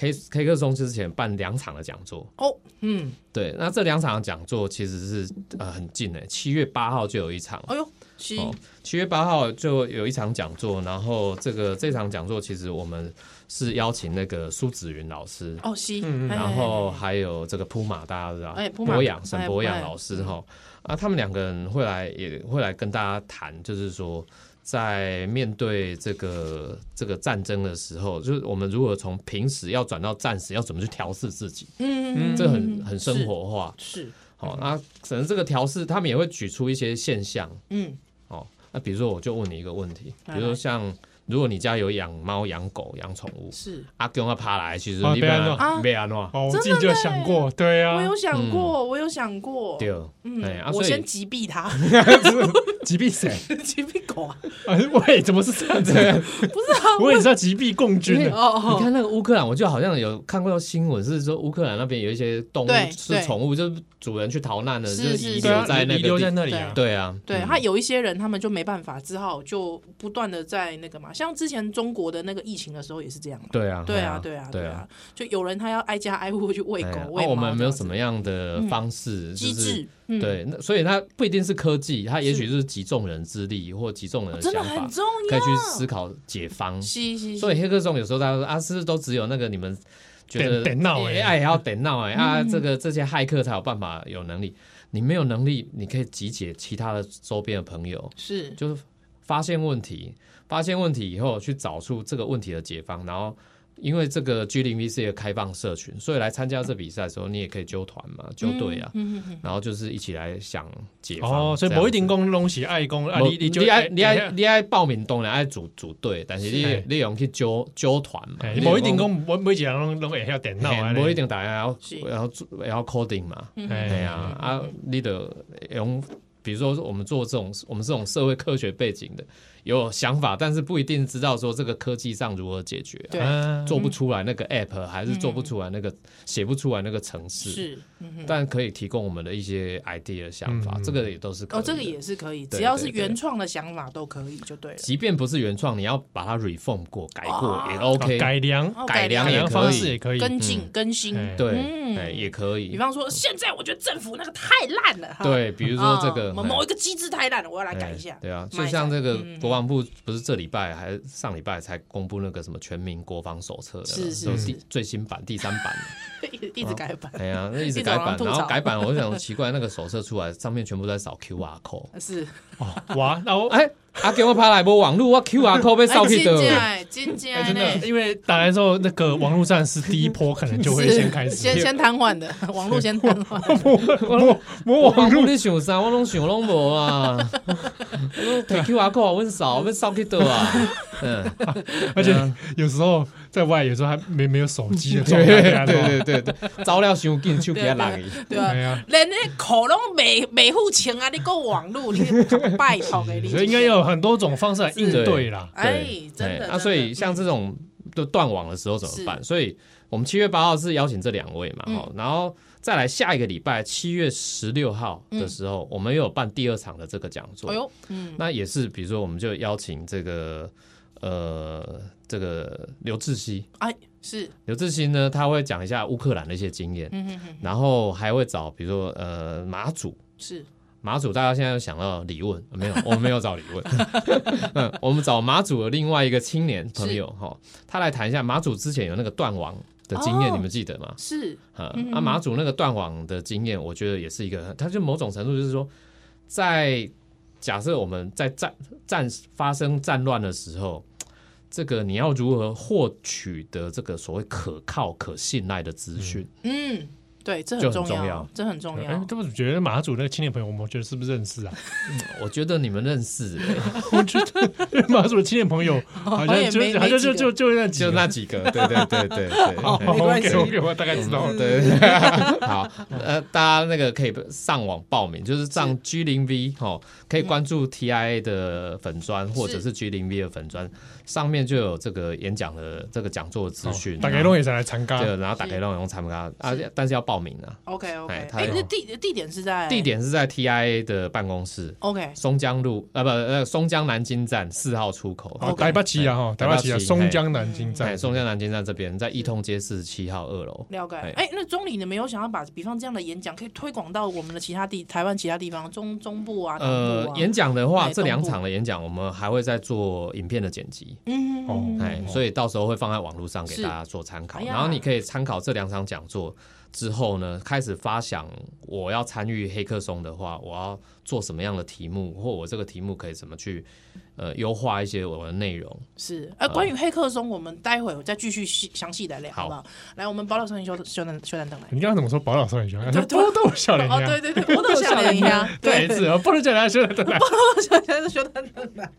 Speaker 4: 黑黑客松之前办两场的讲座，
Speaker 3: 哦，嗯，
Speaker 4: 对，那这两场的讲座其实是呃很近的，七月八号就有一场。
Speaker 3: 哎呦，是，
Speaker 4: 哦，七月八号就有一场讲座，然后这个这场讲座其实我们是邀请那个苏子云老师，
Speaker 3: 哦是，
Speaker 2: 嗯嗯
Speaker 3: 哎
Speaker 4: 然后还有这个普马，大家知道，
Speaker 3: 哎普马
Speaker 4: 博养沈
Speaker 3: 哎
Speaker 4: 博养
Speaker 3: 哎
Speaker 4: 老师哈啊，他们两个人会来也会来跟大家谈，就是说在面对这个这个战争的时候，就是我们如何从平时要转到战时，要怎么去调试自己，
Speaker 3: 嗯，嗯
Speaker 4: 这很很生，活化。
Speaker 3: 是是，
Speaker 4: 好、那、可能这个调试，他们也会举出一些现象
Speaker 3: 嗯，
Speaker 4: 哦。那比如说，我就问你一个问题，比
Speaker 3: 来
Speaker 4: 如说像如果你家有养猫、养狗、养宠物，
Speaker 3: 是
Speaker 4: 阿公要爬来，其实
Speaker 2: 啊
Speaker 4: 你
Speaker 2: 不
Speaker 4: 本
Speaker 2: 要
Speaker 4: 来
Speaker 2: 弄
Speaker 3: 啊
Speaker 4: 没安诺，
Speaker 2: 哦，我
Speaker 3: 真的
Speaker 2: 自己就有想过，对
Speaker 3: 我
Speaker 2: 啊
Speaker 3: 有，想过，我有想过，
Speaker 4: 嗯对，哎啊
Speaker 3: 嗯，我
Speaker 4: 所以
Speaker 3: 先击毙 他，
Speaker 2: 击毙谁？
Speaker 3: 击毙狗啊，
Speaker 2: 啊喂，怎么是这样子？
Speaker 3: 不是啊，
Speaker 2: 我也知道击毙共军啊
Speaker 4: 因为
Speaker 2: 呢。
Speaker 3: 哦
Speaker 4: 你看那个乌克兰，我就好像有看过新闻，是说乌克兰那边有一些动物
Speaker 3: 对
Speaker 4: 是
Speaker 3: 对
Speaker 4: 宠物，就是主人去逃难了，
Speaker 3: 是
Speaker 4: 就是遗
Speaker 3: 是
Speaker 4: 留在那
Speaker 2: 遗啊
Speaker 4: 个
Speaker 2: 留
Speaker 4: 地
Speaker 2: 在那里啊。
Speaker 4: 对啊，
Speaker 3: 对
Speaker 4: 嗯
Speaker 3: 他有一些人，他们就没办法，只好就不断的在那个嘛，像之前中国的那个疫情的时候也是这样嘛。
Speaker 4: 对啊，
Speaker 3: 对啊，对啊，对
Speaker 4: 对
Speaker 3: 啊，，就有人他要挨家挨户去喂
Speaker 4: 哎
Speaker 3: 狗
Speaker 4: 呀
Speaker 3: 喂
Speaker 4: 啊
Speaker 3: 猫，
Speaker 4: 我们没
Speaker 3: 这
Speaker 4: 有
Speaker 3: 样子嗯
Speaker 4: 什么样的方式
Speaker 3: 机
Speaker 4: 就是
Speaker 3: 制，嗯，
Speaker 4: 对，那所以它不一定是科技，它也许就是集众人之力或集众人
Speaker 3: 哦真的
Speaker 4: 想
Speaker 3: 很
Speaker 4: 法，
Speaker 3: 重
Speaker 4: 可
Speaker 3: 要
Speaker 4: 以。去思考解方。
Speaker 3: 是是，
Speaker 4: 所
Speaker 3: 以
Speaker 4: 以黑客松有时候大家说啊，是不是都只有那个你们觉得
Speaker 2: 电电脑欸
Speaker 4: AI 也要等闹哎啊，
Speaker 3: 嗯
Speaker 4: 这个这些骇客才有办法有能力。你没有能力，你可以集结其他的周边的朋友，
Speaker 3: 是
Speaker 4: 就是发现问题，发现问题以后去找出这个问题的解方，然后。因为这个 G 零 V 是一个开放社群，所以来参加这比赛的时候，你也可以揪团嘛，揪队啊，
Speaker 3: 嗯嗯嗯
Speaker 4: 然后就是一起来想解方。
Speaker 2: 哦，所以
Speaker 4: 这样
Speaker 2: 不
Speaker 4: 子
Speaker 2: 一定讲拢是爱讲啊，
Speaker 4: 无
Speaker 2: 你你就
Speaker 4: 你爱
Speaker 2: 哎
Speaker 4: 你爱你爱报名当然爱组组队，但是
Speaker 2: 嘿
Speaker 4: 你你用去揪揪团嘛
Speaker 2: 哎，，
Speaker 4: 你哦
Speaker 2: 不一定讲我每一个人拢拢会晓电脑啊
Speaker 4: 嘿，无一定大家要
Speaker 3: 是
Speaker 4: 要做要 coding 嘛，
Speaker 3: 嗯
Speaker 2: 哎
Speaker 4: 哎呀啊，你的用，比如说我们做这种我们这种社会科学背景的，有想法，但是不一定知道说这个科技上如何解决啊、
Speaker 3: 对嗯
Speaker 2: 啊
Speaker 4: 做不出来那个 app，还是做不出来那个写不出来那个程式，
Speaker 3: 是，嗯哼
Speaker 4: 但可以提供我们的一些 idea 想法
Speaker 2: 嗯，
Speaker 4: 这个也都是可以
Speaker 3: 哦，
Speaker 4: 的。
Speaker 3: 这个也是可以，
Speaker 4: 对
Speaker 3: 只要是
Speaker 4: 对对
Speaker 3: 原创的想法都可以，就对了。
Speaker 4: 即便不是原创，你要把它 reform 过、改过
Speaker 3: 哦
Speaker 4: 也
Speaker 2: 啊
Speaker 4: OK，
Speaker 2: 改良
Speaker 3: 哦
Speaker 4: 改良
Speaker 2: 改
Speaker 4: 也
Speaker 2: 良
Speaker 4: 可
Speaker 2: 方式也
Speaker 4: 以，嗯
Speaker 2: 可以，
Speaker 3: 跟进更新，
Speaker 2: 哎
Speaker 4: 对，
Speaker 3: 嗯
Speaker 4: 哎，也可
Speaker 3: 比
Speaker 4: 以。
Speaker 3: 方说现在我觉得政府那个太烂了，哈，
Speaker 4: 对，比
Speaker 3: 比
Speaker 4: 如说这个
Speaker 3: 某某一个机制太烂哦了，我要来
Speaker 4: 哎
Speaker 3: 改一下。
Speaker 4: 对啊，就
Speaker 3: 骂一下
Speaker 4: 像这个
Speaker 3: 嗯
Speaker 4: 国防部不是这礼拜还是上礼拜才公布那个什么全民国防手册的，
Speaker 3: 是是
Speaker 4: 就是第最新版第三版，
Speaker 3: 一直改版，
Speaker 4: 哎呀，那一直
Speaker 3: 一直往
Speaker 4: 改
Speaker 3: 上
Speaker 4: 版，
Speaker 3: 吐
Speaker 4: 然后
Speaker 3: 槽
Speaker 4: 改版，我就想奇怪，那个手册出来上面全部都在扫 QR code，
Speaker 3: 是
Speaker 2: 哦哇，那我
Speaker 4: 哎，啊给我拍来波网路，我 QR code 被扫去
Speaker 3: 真
Speaker 4: 的，
Speaker 3: 的真
Speaker 2: 哎
Speaker 3: 的
Speaker 2: 真的，
Speaker 3: 呢，
Speaker 2: 因为打来之后，那个网络战是第一波，可能就会
Speaker 3: 是
Speaker 2: 先开始，
Speaker 3: 先先瘫痪 的，网络先瘫痪，
Speaker 2: 我我
Speaker 4: 网
Speaker 2: 网
Speaker 4: 路
Speaker 2: 络
Speaker 4: 你想啥，我拢想拢无啊，我说摕 QR code 我扫，被扫去的啊，嗯，
Speaker 2: 而且有时候在外，有时候还没没有手机的状态，对
Speaker 4: 对对对对，招料伤紧，手机啊烂去。
Speaker 3: 对
Speaker 2: 哎
Speaker 3: 吧？
Speaker 2: 呀，
Speaker 3: 连那口拢没没付钱啊，你够网络，你拜托的，你
Speaker 2: 所以应该要有很多种方式来应
Speaker 4: 是
Speaker 2: 对啦。
Speaker 3: 哎
Speaker 4: 对，
Speaker 3: 真的
Speaker 4: 哎
Speaker 3: 真的嗯
Speaker 4: 啊，所以像这种就断网的时候怎么办？所以我们七月八号是邀请这两位嘛，
Speaker 3: 嗯
Speaker 4: 哦，然后再来下一个礼拜七月十六号的时候，我们又有办第二场的这个讲
Speaker 3: 嗯
Speaker 4: 座。
Speaker 3: 哎呦，嗯，
Speaker 4: 那也是，比如说，我们就邀请这个呃，这个刘志熙，
Speaker 3: 哎，是，
Speaker 4: 刘志熙呢，他会讲一下乌克兰的一些经验，
Speaker 3: 嗯哼哼，
Speaker 4: 然后还会找，比如说呃，马祖。
Speaker 3: 是，
Speaker 4: 马祖，大家现在想到李问没有？我们没有找李问， 嗯，我们找马祖的另外一个青年朋友哈，他来谈一下马祖之前有那个断网的经验，
Speaker 3: 哦
Speaker 4: 你们记得吗？
Speaker 3: 是，
Speaker 4: 啊
Speaker 3: 嗯嗯，
Speaker 4: 啊，
Speaker 3: 嗯
Speaker 4: 马祖那个断网的经验，我觉得也是一个，他就某种程度就是说，在假设我们在战战发生战乱的时候，这个你要如何获取的这个所谓可靠、可信赖的资讯？
Speaker 3: 嗯，对，这很
Speaker 4: 就很
Speaker 3: 重
Speaker 4: 重
Speaker 3: 要
Speaker 4: 要，
Speaker 3: 这很重
Speaker 2: 哎
Speaker 3: 要，，
Speaker 2: 这不觉得马祖那个青年朋友，我们觉得是不是认 识啊？
Speaker 4: 我觉得你们认识、
Speaker 2: 我觉得马祖的青年朋友好
Speaker 3: 好
Speaker 2: 像
Speaker 3: 哦也没
Speaker 2: 就好
Speaker 3: 没
Speaker 2: 像
Speaker 3: 几
Speaker 2: 就就
Speaker 3: 个
Speaker 2: 就那几
Speaker 4: 就
Speaker 2: 个
Speaker 4: 那几个，对对对对
Speaker 2: 哦
Speaker 4: 对。
Speaker 3: 没关系
Speaker 2: OK，OK，我大概知道
Speaker 3: 嗯
Speaker 2: 了。
Speaker 4: 对， 好，呃，大家那个可以上网报名，就是上 G 零 V 哦，可以关注 TIA 的粉砖或者是 G 零 V 的粉砖，上面就有这个演讲的这个讲座的
Speaker 2: 哦
Speaker 4: 资讯，
Speaker 2: 大概弄也是来啊参加，
Speaker 4: 对，然后打开让用参加啊
Speaker 3: 是，哎
Speaker 4: 但是要报名啊。
Speaker 3: OK OK，
Speaker 4: 哎他
Speaker 3: 哎，
Speaker 4: 有
Speaker 3: 那地地点是在
Speaker 4: 地点是在 TIA 的办公室，
Speaker 3: OK，
Speaker 4: 松江路呃不呃松江南京站四号出口，
Speaker 2: 哦，
Speaker 3: OK
Speaker 2: 台北市啊，哈，台北市啊，
Speaker 4: 台北市
Speaker 2: 松江南京
Speaker 4: 在
Speaker 2: 站，
Speaker 4: 松江南京站这边，在一通街四十七号二楼。
Speaker 3: 了解。
Speaker 4: 哎
Speaker 3: 哎，那中理你没有想要把，比方这样的演讲可以推广到我们的其他地，台湾其他地方，中中部啊，南
Speaker 4: 呃
Speaker 3: 部，啊，
Speaker 4: 演讲的话，
Speaker 3: 哎
Speaker 4: 这两
Speaker 3: 东部
Speaker 4: 场的演讲，我们还会再做影片的剪辑，
Speaker 3: 嗯，嗯嗯嗯
Speaker 4: 哎，所以到时候会放在网络上给
Speaker 3: 是
Speaker 4: 大家做参考。
Speaker 3: 哎呀
Speaker 4: 然后你可以参考这两场讲座之后呢，开始发想我要参与黑客松的话，我要做什么样的题目，或我这个题目可以怎么去呃优化一些我的内容。
Speaker 3: 是，呃，关于黑客松，我们待会儿再继续细详细的聊，好不好？来，我们保老少年休休蛋休蛋等来。
Speaker 2: 你刚刚怎么说宝岛少年兄？他说
Speaker 3: 对
Speaker 2: 波斗少年
Speaker 3: 哦，对
Speaker 2: 兄，
Speaker 3: 对对，我都想了一下，
Speaker 2: 再
Speaker 3: 对，
Speaker 2: 一次啊，波斗少年兄，
Speaker 3: 我想现在休蛋等来。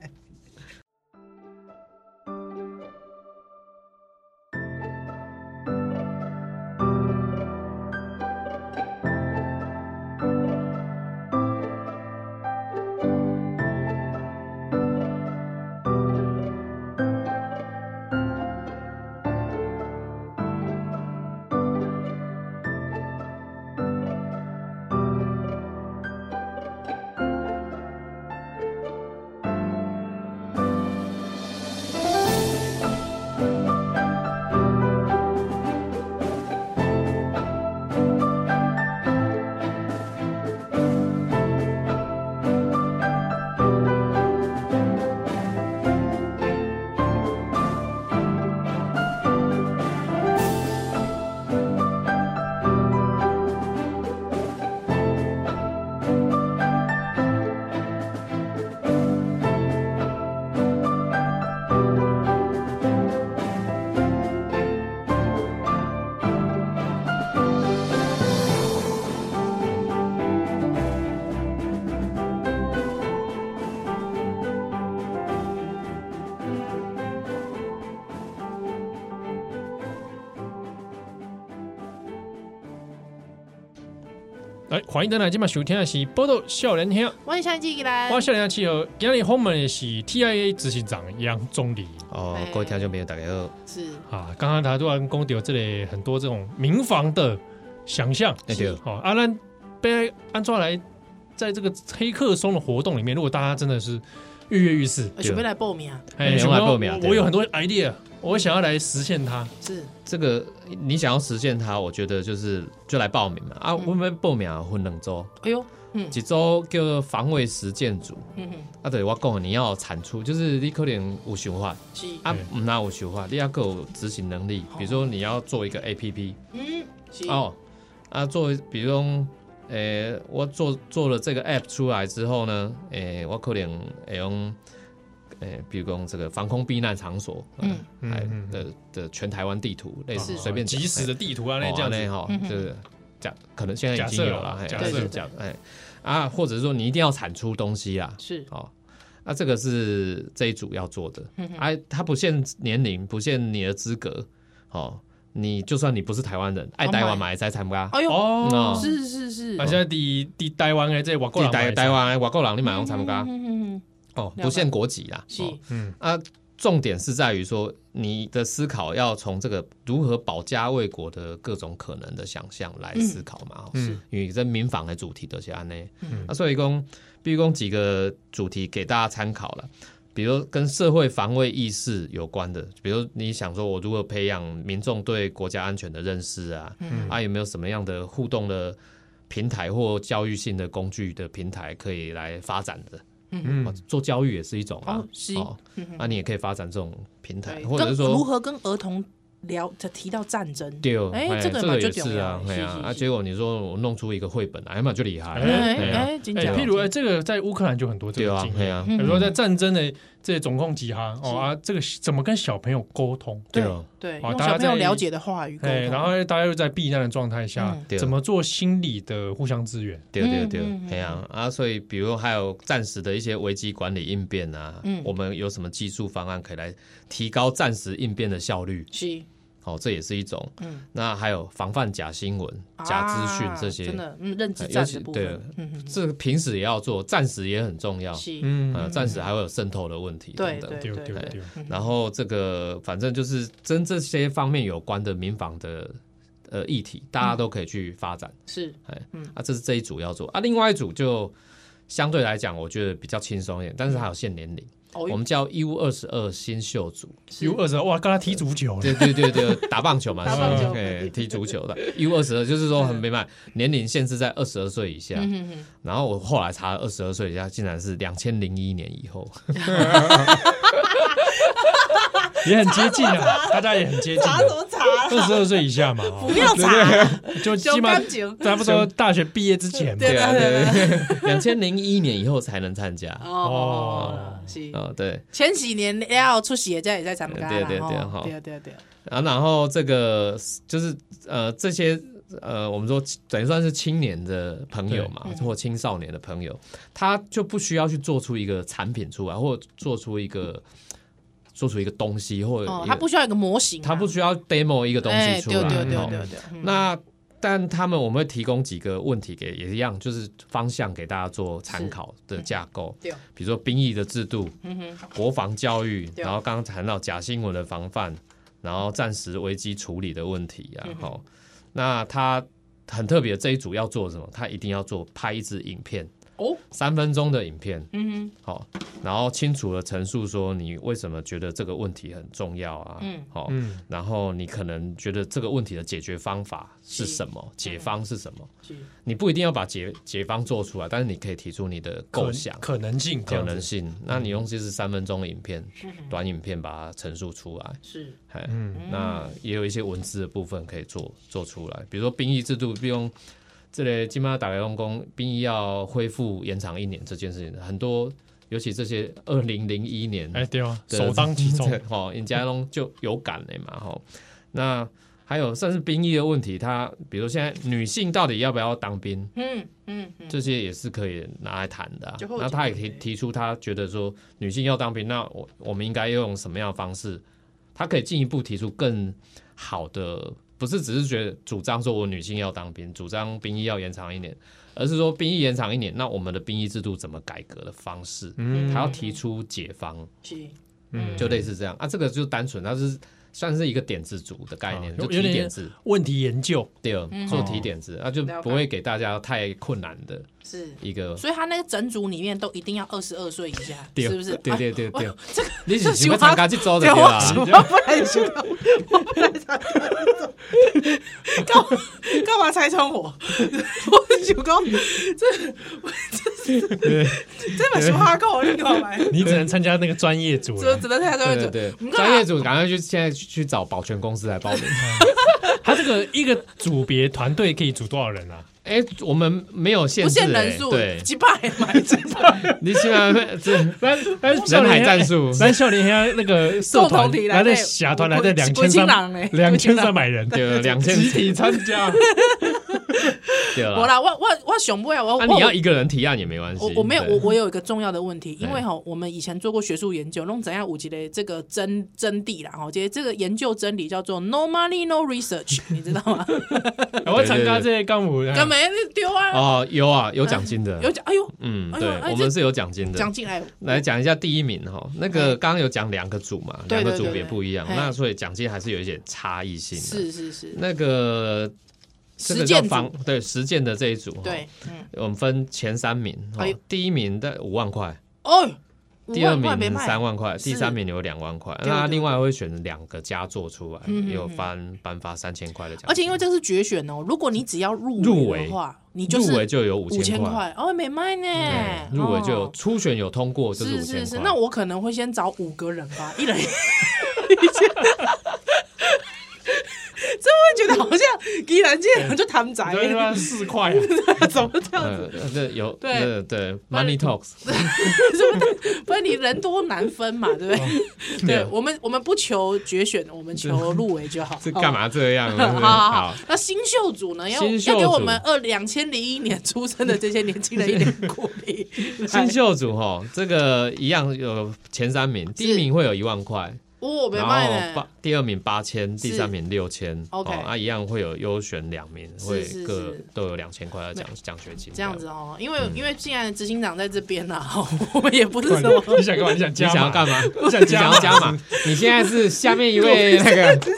Speaker 2: 来欢迎回来，今晚收听的是波斗少年兄，
Speaker 3: 我也想记起来，
Speaker 2: 我少年兄气候，今日访问的是 TIA 执行长杨宗理。
Speaker 4: 哦
Speaker 3: 哎，
Speaker 4: 各位听众朋友，大家好。
Speaker 3: 是
Speaker 2: 啊，刚刚他突然讲到这里很多这种民房的想象，
Speaker 4: 哎对
Speaker 2: 好，阿兰被安抓来，在这个黑客松的活动里面，如果大家真的是跃跃欲试，
Speaker 3: 呃准备来报名啊，
Speaker 2: 哎，
Speaker 4: 用
Speaker 2: 想
Speaker 4: 来
Speaker 2: 说
Speaker 4: 报名啊
Speaker 2: 我
Speaker 4: 对
Speaker 2: 我有很多 idea，我想要来实现它，
Speaker 3: 是
Speaker 4: 这个你想要实现它，我觉得就是就来报名嘛啊！
Speaker 3: 嗯
Speaker 4: 我们报名啊，分两周，
Speaker 3: 哎呦，嗯
Speaker 4: 一周叫防卫实践组，
Speaker 3: 嗯嗯，
Speaker 4: 啊，对我讲的，你要有产出，就是你可能有想法，
Speaker 3: 是，
Speaker 4: 啊
Speaker 2: 对，
Speaker 4: 唔那有想法，你要够有执行能力。比如说你要做一个 A P P
Speaker 3: 嗯是，
Speaker 4: 哦，啊，做比如说，诶、我做做了这个 App 出来之后呢，诶、我可能会用，诶、比如讲这个防空避难场所，
Speaker 3: 嗯
Speaker 4: 嗯，还
Speaker 2: 嗯嗯
Speaker 4: 的的全台湾地图，类似
Speaker 2: 啊
Speaker 4: 哎随便讲
Speaker 2: 即时的地图啊，那
Speaker 4: 哦
Speaker 2: 这样
Speaker 4: 这
Speaker 2: 子，
Speaker 4: 样哈
Speaker 3: 嗯，哼
Speaker 4: 就是假，可能现在已经有了，
Speaker 2: 假设啊
Speaker 4: 嘿
Speaker 3: 假设
Speaker 4: 假哎，啊，或者说你一定要产出东西啊，
Speaker 3: 是，
Speaker 4: 哦，那、这个是这一组要做的，
Speaker 3: 嗯哼
Speaker 4: 哎、它不限年龄，不限你的资格，哦，你就算你不是台湾人，爱
Speaker 3: 哦
Speaker 4: 台湾嘛，也在参加，
Speaker 3: 哎呦，
Speaker 2: 哦
Speaker 4: 哦，
Speaker 3: 是是是，
Speaker 2: 啊，现在第第台湾的这外国
Speaker 4: 地
Speaker 2: 人
Speaker 4: 台台湾的外国人你
Speaker 3: 嗯
Speaker 4: 嘛用参加，
Speaker 3: 嗯嗯嗯嗯，
Speaker 4: 哦，
Speaker 3: 解
Speaker 4: 不限国籍啦，
Speaker 3: 是
Speaker 4: 哦，
Speaker 2: 嗯
Speaker 4: 啊，重点是在于说，你的思考要从这个如何保家卫国的各种可能的想象来思考嘛。哦
Speaker 2: 嗯，
Speaker 4: 因为这民防的主题都是安内
Speaker 2: 嗯，
Speaker 4: 那所以讲，比如讲几个主题给大家参考了。比如跟社会防卫意识有关的，比如你想说，我如何培养民众对国家安全的认识啊？
Speaker 3: 嗯
Speaker 4: 啊，有没有什么样的互动的平台或教育性的工具的平台可以来发展的？啊
Speaker 2: 嗯，
Speaker 4: 做教育也是一种啊
Speaker 3: 哦，是嗯哼
Speaker 4: 那、你也可以发展这种平台，
Speaker 3: 对
Speaker 4: 啊或者是
Speaker 3: 跟如
Speaker 4: 说
Speaker 3: 何跟儿童聊，提到战争，
Speaker 4: 对哦，
Speaker 3: 哎
Speaker 4: 哎
Speaker 3: 这
Speaker 4: 这
Speaker 3: 个嘛
Speaker 4: 个也
Speaker 3: 最
Speaker 4: 是
Speaker 3: 重要
Speaker 4: 啊，
Speaker 3: 是
Speaker 4: 哎呀
Speaker 3: 是
Speaker 4: 啊，
Speaker 3: 是
Speaker 4: 结果你说我弄出一个绘本，哎呀妈，就厉害，
Speaker 2: 哎
Speaker 4: 对啊
Speaker 3: 哎，真
Speaker 2: 哎，
Speaker 3: 假
Speaker 2: 譬如哎，这个在乌克兰就很多这
Speaker 4: 对
Speaker 2: 个
Speaker 4: 啊
Speaker 2: 经，
Speaker 4: 哎
Speaker 2: 验。
Speaker 4: 呀，
Speaker 3: 嗯
Speaker 2: 比如说在战争的这总共几行哦
Speaker 3: 是
Speaker 2: 啊，这个怎么跟小朋友沟通？
Speaker 4: 对
Speaker 3: 对
Speaker 4: 哦，
Speaker 3: 对，
Speaker 2: 哦
Speaker 3: 用
Speaker 2: 大家
Speaker 3: 小朋友
Speaker 2: 在
Speaker 3: 了解的话语沟
Speaker 2: 哎，
Speaker 3: 通，
Speaker 2: 然后大家又在避难的状态下
Speaker 3: 嗯，
Speaker 4: 对
Speaker 2: 怎么做心理的互相支援？
Speaker 4: 对对对
Speaker 3: 嗯嗯嗯，
Speaker 4: 哎呀啊，所以比如还有暂时的一些危机管理应变啊，
Speaker 3: 嗯
Speaker 4: 我们有什么技术方案可以来提高暂时应变的效率？
Speaker 3: 是
Speaker 4: 哦，这也是一种。
Speaker 3: 嗯
Speaker 4: 那还有防范假新闻、假资讯这些
Speaker 3: 啊真，的，嗯，认知
Speaker 4: 哎尤
Speaker 3: 战
Speaker 4: 其
Speaker 3: 的部
Speaker 4: 对
Speaker 3: 分，嗯
Speaker 4: 这个平时也要做，暂时也很重要
Speaker 3: 嗯，。是，
Speaker 2: 嗯，
Speaker 4: 呃，暂时还会有渗透的问题
Speaker 3: 对嗯
Speaker 4: 等等。
Speaker 2: 丢
Speaker 3: 对
Speaker 2: 丢丢，
Speaker 4: 然后这个反正就是跟这些方面有关的民防的呃议题，大家都可以去发展。
Speaker 3: 是
Speaker 4: 啊，这是这一组要做啊，另外一组就相对来讲，我觉得比较轻松一点，但是还有限年龄，
Speaker 3: 哦
Speaker 4: 我，们啊叫 U 二十二新秀组。
Speaker 2: U 二十哇，跟他踢足球了，
Speaker 4: 对对对对，哦 打棒球嘛，
Speaker 3: 打棒球
Speaker 4: 对，嗯踢足球的 U 二十二，就是说很明白，年龄限制在二十二岁以下。
Speaker 3: 嗯
Speaker 4: 然后我后来查二十二岁以下，竟然是两千零一年以后，
Speaker 2: 也很接近 啊，大家也很接近啊。
Speaker 3: 么 查？
Speaker 2: 二十二岁以下嘛，哦
Speaker 3: 不要查，
Speaker 2: 就起
Speaker 3: 小
Speaker 2: 码
Speaker 3: 干净。
Speaker 2: 差不多大学毕业之前嘛。
Speaker 3: 对
Speaker 4: 啊，哦
Speaker 3: 对对
Speaker 4: 对对， 两千零一年以后才能参加。
Speaker 3: 哦，是
Speaker 4: 哦，对，
Speaker 3: 前几年要出血，在也在咱们家
Speaker 4: 对
Speaker 3: 啦
Speaker 4: 对对
Speaker 3: 吼
Speaker 4: 吼
Speaker 3: 对对对，
Speaker 4: 啊，然后这个就是呃这些呃，我们说等于算是青年的朋友嘛，
Speaker 3: 对嗯
Speaker 4: 或青少年的朋友，他就不需要去做出一个产品出来，或做出一个做出一个东西，或者
Speaker 3: 哦
Speaker 4: 一，个
Speaker 3: 他不需要一个模型啊，
Speaker 4: 他不需要 demo 一个东
Speaker 3: 哎
Speaker 4: 西出来。
Speaker 3: 对对对
Speaker 4: 哦
Speaker 3: 对对，嗯
Speaker 4: 那但他们我们会提供几个问题给也一样，就是方向给大家做参考的架构，
Speaker 3: 嗯对，
Speaker 4: 比如说兵役的制度、
Speaker 3: 嗯哼，
Speaker 4: 国防教育，
Speaker 3: 对
Speaker 4: 然后刚刚谈到假新闻的防范，然后暂时危机处理的问题啊
Speaker 3: 嗯，哼
Speaker 4: 好、那他很特别，这一组要做什么？他一定要做拍一支影片，
Speaker 3: 哦，
Speaker 4: 三分钟的影片，
Speaker 3: 嗯
Speaker 4: 好、然后清楚的陈述说你为什么觉得这个问题很重要啊，
Speaker 3: 嗯
Speaker 4: 好、
Speaker 2: 嗯，
Speaker 4: 然后你可能觉得这个问题的解决方法是什么，解方是什么？
Speaker 3: 哼，是
Speaker 4: 你不一定要把解解方做出来，但是你可以提出你的
Speaker 2: 可
Speaker 4: 构想、
Speaker 2: 可能性，
Speaker 4: 可能。嗯性。那你用就是三分钟的影片、短影片把它陈述出来。
Speaker 3: 是，
Speaker 4: 嘿
Speaker 2: 嗯，
Speaker 4: 那也有一些文字的部分可以做做出来，比如说兵役制度，比如说这类金马打雷龙宫兵役要恢复延长一年这件事情，很多尤其这些二零零一年
Speaker 2: 哎，对啊，
Speaker 4: 对
Speaker 2: 首当其冲。
Speaker 4: 对 哦，尹家龙就有感了嘛，吼、那还有甚至兵役的问题，他比如现在女性到底要不要当兵，
Speaker 3: 嗯嗯嗯，
Speaker 4: 这些也是可以拿来谈的、啊
Speaker 3: 就后。勤
Speaker 4: 那他也可以
Speaker 3: 准备
Speaker 4: 提出他觉得说女性要当兵，那我我们应该用什么样的方式？他可以进一步提出更好的，不是只是觉得主张说我女性要当兵，主张兵役要延长一年，而是说兵役延长一年，那我们的兵役制度怎么改革的方式？
Speaker 2: 嗯
Speaker 4: 他要提出解方。
Speaker 3: 是，
Speaker 2: 嗯
Speaker 4: 就类似这样啊。这个就单纯，它是算是一个点子组的概念，
Speaker 3: 哦
Speaker 2: 啊有有
Speaker 4: 就提
Speaker 2: 点
Speaker 4: 点子，
Speaker 2: 问题研究，
Speaker 4: 对，哦做提点子，那、啊就
Speaker 3: 嗯了解
Speaker 4: 不会给大家太困难的
Speaker 3: 是，
Speaker 4: 一个。
Speaker 3: 所以他那个整组里面都一定要二十二岁以下，
Speaker 4: 对
Speaker 3: 是不是？
Speaker 4: 对对对
Speaker 3: 哎
Speaker 4: 对
Speaker 3: 呦，这个
Speaker 4: 你
Speaker 3: 这
Speaker 4: 是
Speaker 3: 是
Speaker 4: 喜欢参加这周的
Speaker 3: 对
Speaker 4: 对啊
Speaker 3: 我
Speaker 2: 啊
Speaker 4: 啦？
Speaker 3: 什么不然想到我不然想到干嘛 干嘛拆穿我？ 我就讲这这这本书哈够你干嘛？
Speaker 2: 你只能参加那个专业组
Speaker 3: 这
Speaker 2: 了。
Speaker 3: 只能拆穿
Speaker 4: 对
Speaker 3: 我就。
Speaker 4: 对
Speaker 3: 啊
Speaker 4: 对
Speaker 3: 我
Speaker 4: 对，
Speaker 3: 们干嘛
Speaker 4: 专业组赶快去现在去去找保全公司来报名。
Speaker 2: 他这个一个组别团队可以组多少人啊？
Speaker 4: 哎，我们没有限
Speaker 3: 不
Speaker 4: 制、
Speaker 3: 限
Speaker 4: 哎
Speaker 3: 人数，
Speaker 4: 对，
Speaker 3: 几百买 几百，
Speaker 4: 你起码这
Speaker 2: 来来，
Speaker 4: 人海战术
Speaker 2: 来笑脸下那个社
Speaker 3: 共
Speaker 2: 团
Speaker 3: 同体来
Speaker 2: 来的
Speaker 3: 的
Speaker 2: 侠团来的
Speaker 3: 我
Speaker 2: 两
Speaker 3: 我
Speaker 2: 千
Speaker 3: 清
Speaker 2: 三
Speaker 3: 朗欸
Speaker 2: 两千三百人，
Speaker 4: 对两千
Speaker 2: 集体参加，
Speaker 4: 对
Speaker 3: 我
Speaker 4: 了，
Speaker 3: 啦，我我我想不了，啊我
Speaker 4: 那、
Speaker 2: 啊
Speaker 3: 我
Speaker 4: 你要一个人提案也没关系。
Speaker 3: 我我没有
Speaker 4: 对
Speaker 3: 我我有一个重要的问题，因为
Speaker 4: 哎
Speaker 3: 哈，我们以前做过学术研究，弄怎样五级的这个真真谛啦，哈，这这个研究真理叫做 no money no research，你知道 吗？
Speaker 2: 哎我参加这些干部，
Speaker 3: 干嘛丢啊？
Speaker 4: 哦，有啊，有奖金的
Speaker 3: 有，讲，哎呦，
Speaker 4: 嗯，
Speaker 3: 哎呦
Speaker 4: 对
Speaker 3: 哎，
Speaker 4: 我
Speaker 3: 这
Speaker 4: 们是有奖金的
Speaker 3: 讲。进来，
Speaker 4: 来讲一下第一名哈，那个刚刚有讲两个组嘛，
Speaker 3: 对
Speaker 4: 两个
Speaker 3: 对
Speaker 4: 组
Speaker 3: 对
Speaker 4: 别
Speaker 3: 对
Speaker 4: 不一样，
Speaker 3: 嘿
Speaker 4: 那所以奖金还是有一些差异性
Speaker 3: 是
Speaker 4: 的。
Speaker 3: 是是，
Speaker 4: 那个这
Speaker 3: 实
Speaker 4: 个叫
Speaker 3: 践
Speaker 4: 防
Speaker 3: 组，
Speaker 4: 对实践的这一组，，
Speaker 3: 对，嗯，
Speaker 4: 我们分前三名，哦
Speaker 3: 哎呦
Speaker 4: 第一名的五万块，
Speaker 3: 哦，五
Speaker 4: 第二
Speaker 3: 万块没
Speaker 4: 名
Speaker 3: 卖，
Speaker 4: 三万块，第
Speaker 3: 是
Speaker 4: 三名有两万块，
Speaker 3: 对
Speaker 4: 那
Speaker 3: 对
Speaker 4: 另外会选两个佳作出来，
Speaker 3: 嗯嗯嗯
Speaker 4: 有颁颁发三千块的奖金，
Speaker 3: 而且因为这是决选哦，如果你只要入
Speaker 4: 入
Speaker 3: 围
Speaker 4: 围
Speaker 3: 的话，你就
Speaker 4: 入围
Speaker 3: 是
Speaker 4: 就有五
Speaker 3: 五千
Speaker 4: 块，
Speaker 3: 块，哦，没卖呢
Speaker 4: 对，，入围就有
Speaker 3: 哦
Speaker 4: 初选有通过就是五
Speaker 3: 是
Speaker 4: 千
Speaker 3: 是，
Speaker 4: 块，
Speaker 3: 那我可能会先找五个人吧，一人 一千。这会觉得好 像依然这样就谈宅，
Speaker 2: 对吧？四块啊，
Speaker 3: 怎么这样子？
Speaker 4: 呃那有
Speaker 3: 对哦
Speaker 4: 那对 money talks，
Speaker 3: 不然你人多难分嘛，对不
Speaker 4: 哦
Speaker 3: 对？
Speaker 4: 啊
Speaker 3: 对我们我们不求决选，我们求入围就好。
Speaker 4: 这干嘛这样？
Speaker 3: 哦？ 好好好
Speaker 4: 好，，
Speaker 3: 那新秀组呢？要
Speaker 4: 新秀
Speaker 3: 要给
Speaker 4: 组
Speaker 3: 我们二两千零一年出生的这些年轻人一点鼓 励。
Speaker 4: 新秀组哈，这个一样有前三名，第一名会有一万块，
Speaker 3: 哦，没
Speaker 4: 然
Speaker 3: 卖
Speaker 4: 后
Speaker 3: 呢
Speaker 4: 八，第二名八千，第
Speaker 3: 是
Speaker 4: 三名六千
Speaker 3: OK
Speaker 4: 啊一样会有优选两名，
Speaker 3: 是
Speaker 4: 会
Speaker 3: 是
Speaker 4: 各
Speaker 3: 是
Speaker 4: 都有两千块的奖奖学金。
Speaker 3: 这样子，哦，
Speaker 4: 嗯
Speaker 3: 因为因为既然执行长在这边啦， 我们也不是什么
Speaker 2: 你想干嘛？你想
Speaker 4: 你
Speaker 2: 加
Speaker 4: 想要
Speaker 2: 码？
Speaker 4: 干嘛？
Speaker 2: 你想
Speaker 4: 你想要
Speaker 2: 加
Speaker 4: 加码？你现在是下面 一位那个
Speaker 3: 执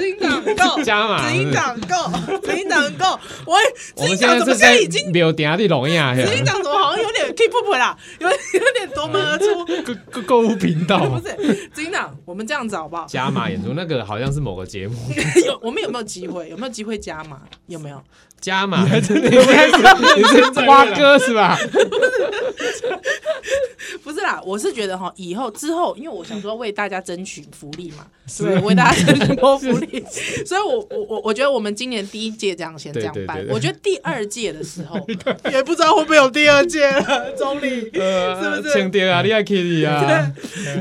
Speaker 3: 行长够，
Speaker 4: 加码
Speaker 3: 执行长够，执行长够。喂，
Speaker 4: 我
Speaker 3: 执
Speaker 4: 们
Speaker 3: 行
Speaker 4: 现
Speaker 3: 长
Speaker 4: 在
Speaker 3: 怎么现
Speaker 4: 是
Speaker 3: 在
Speaker 4: 在
Speaker 3: 已经？
Speaker 4: 柳点的龙啊呀，
Speaker 3: 执行长怎么好像有点 keep up 啦，有有点夺门而出？
Speaker 2: 购购购物频
Speaker 3: 不
Speaker 2: 道，
Speaker 3: 是，执行长，我们这样子好不好？
Speaker 4: 加码演出那个好像是某个节目
Speaker 3: 有我们有没有机会？有没有机会加码？有没有？
Speaker 4: 加码， 你现在是你是瓜哥 是吧？
Speaker 3: 不是啦，我是觉得哈，以后之后，因为我想说为大家争取福利嘛，对，为大家争取多福 利，所以我我我我觉得我们今年第一届这样先这样
Speaker 4: 对对
Speaker 3: 办，
Speaker 4: 对对
Speaker 3: 我觉得第二届的时候 也不知道会不会有第二届 了，总理。
Speaker 4: 呃
Speaker 3: 是不是
Speaker 4: 青蝶啊，你爱 Kitty 啊？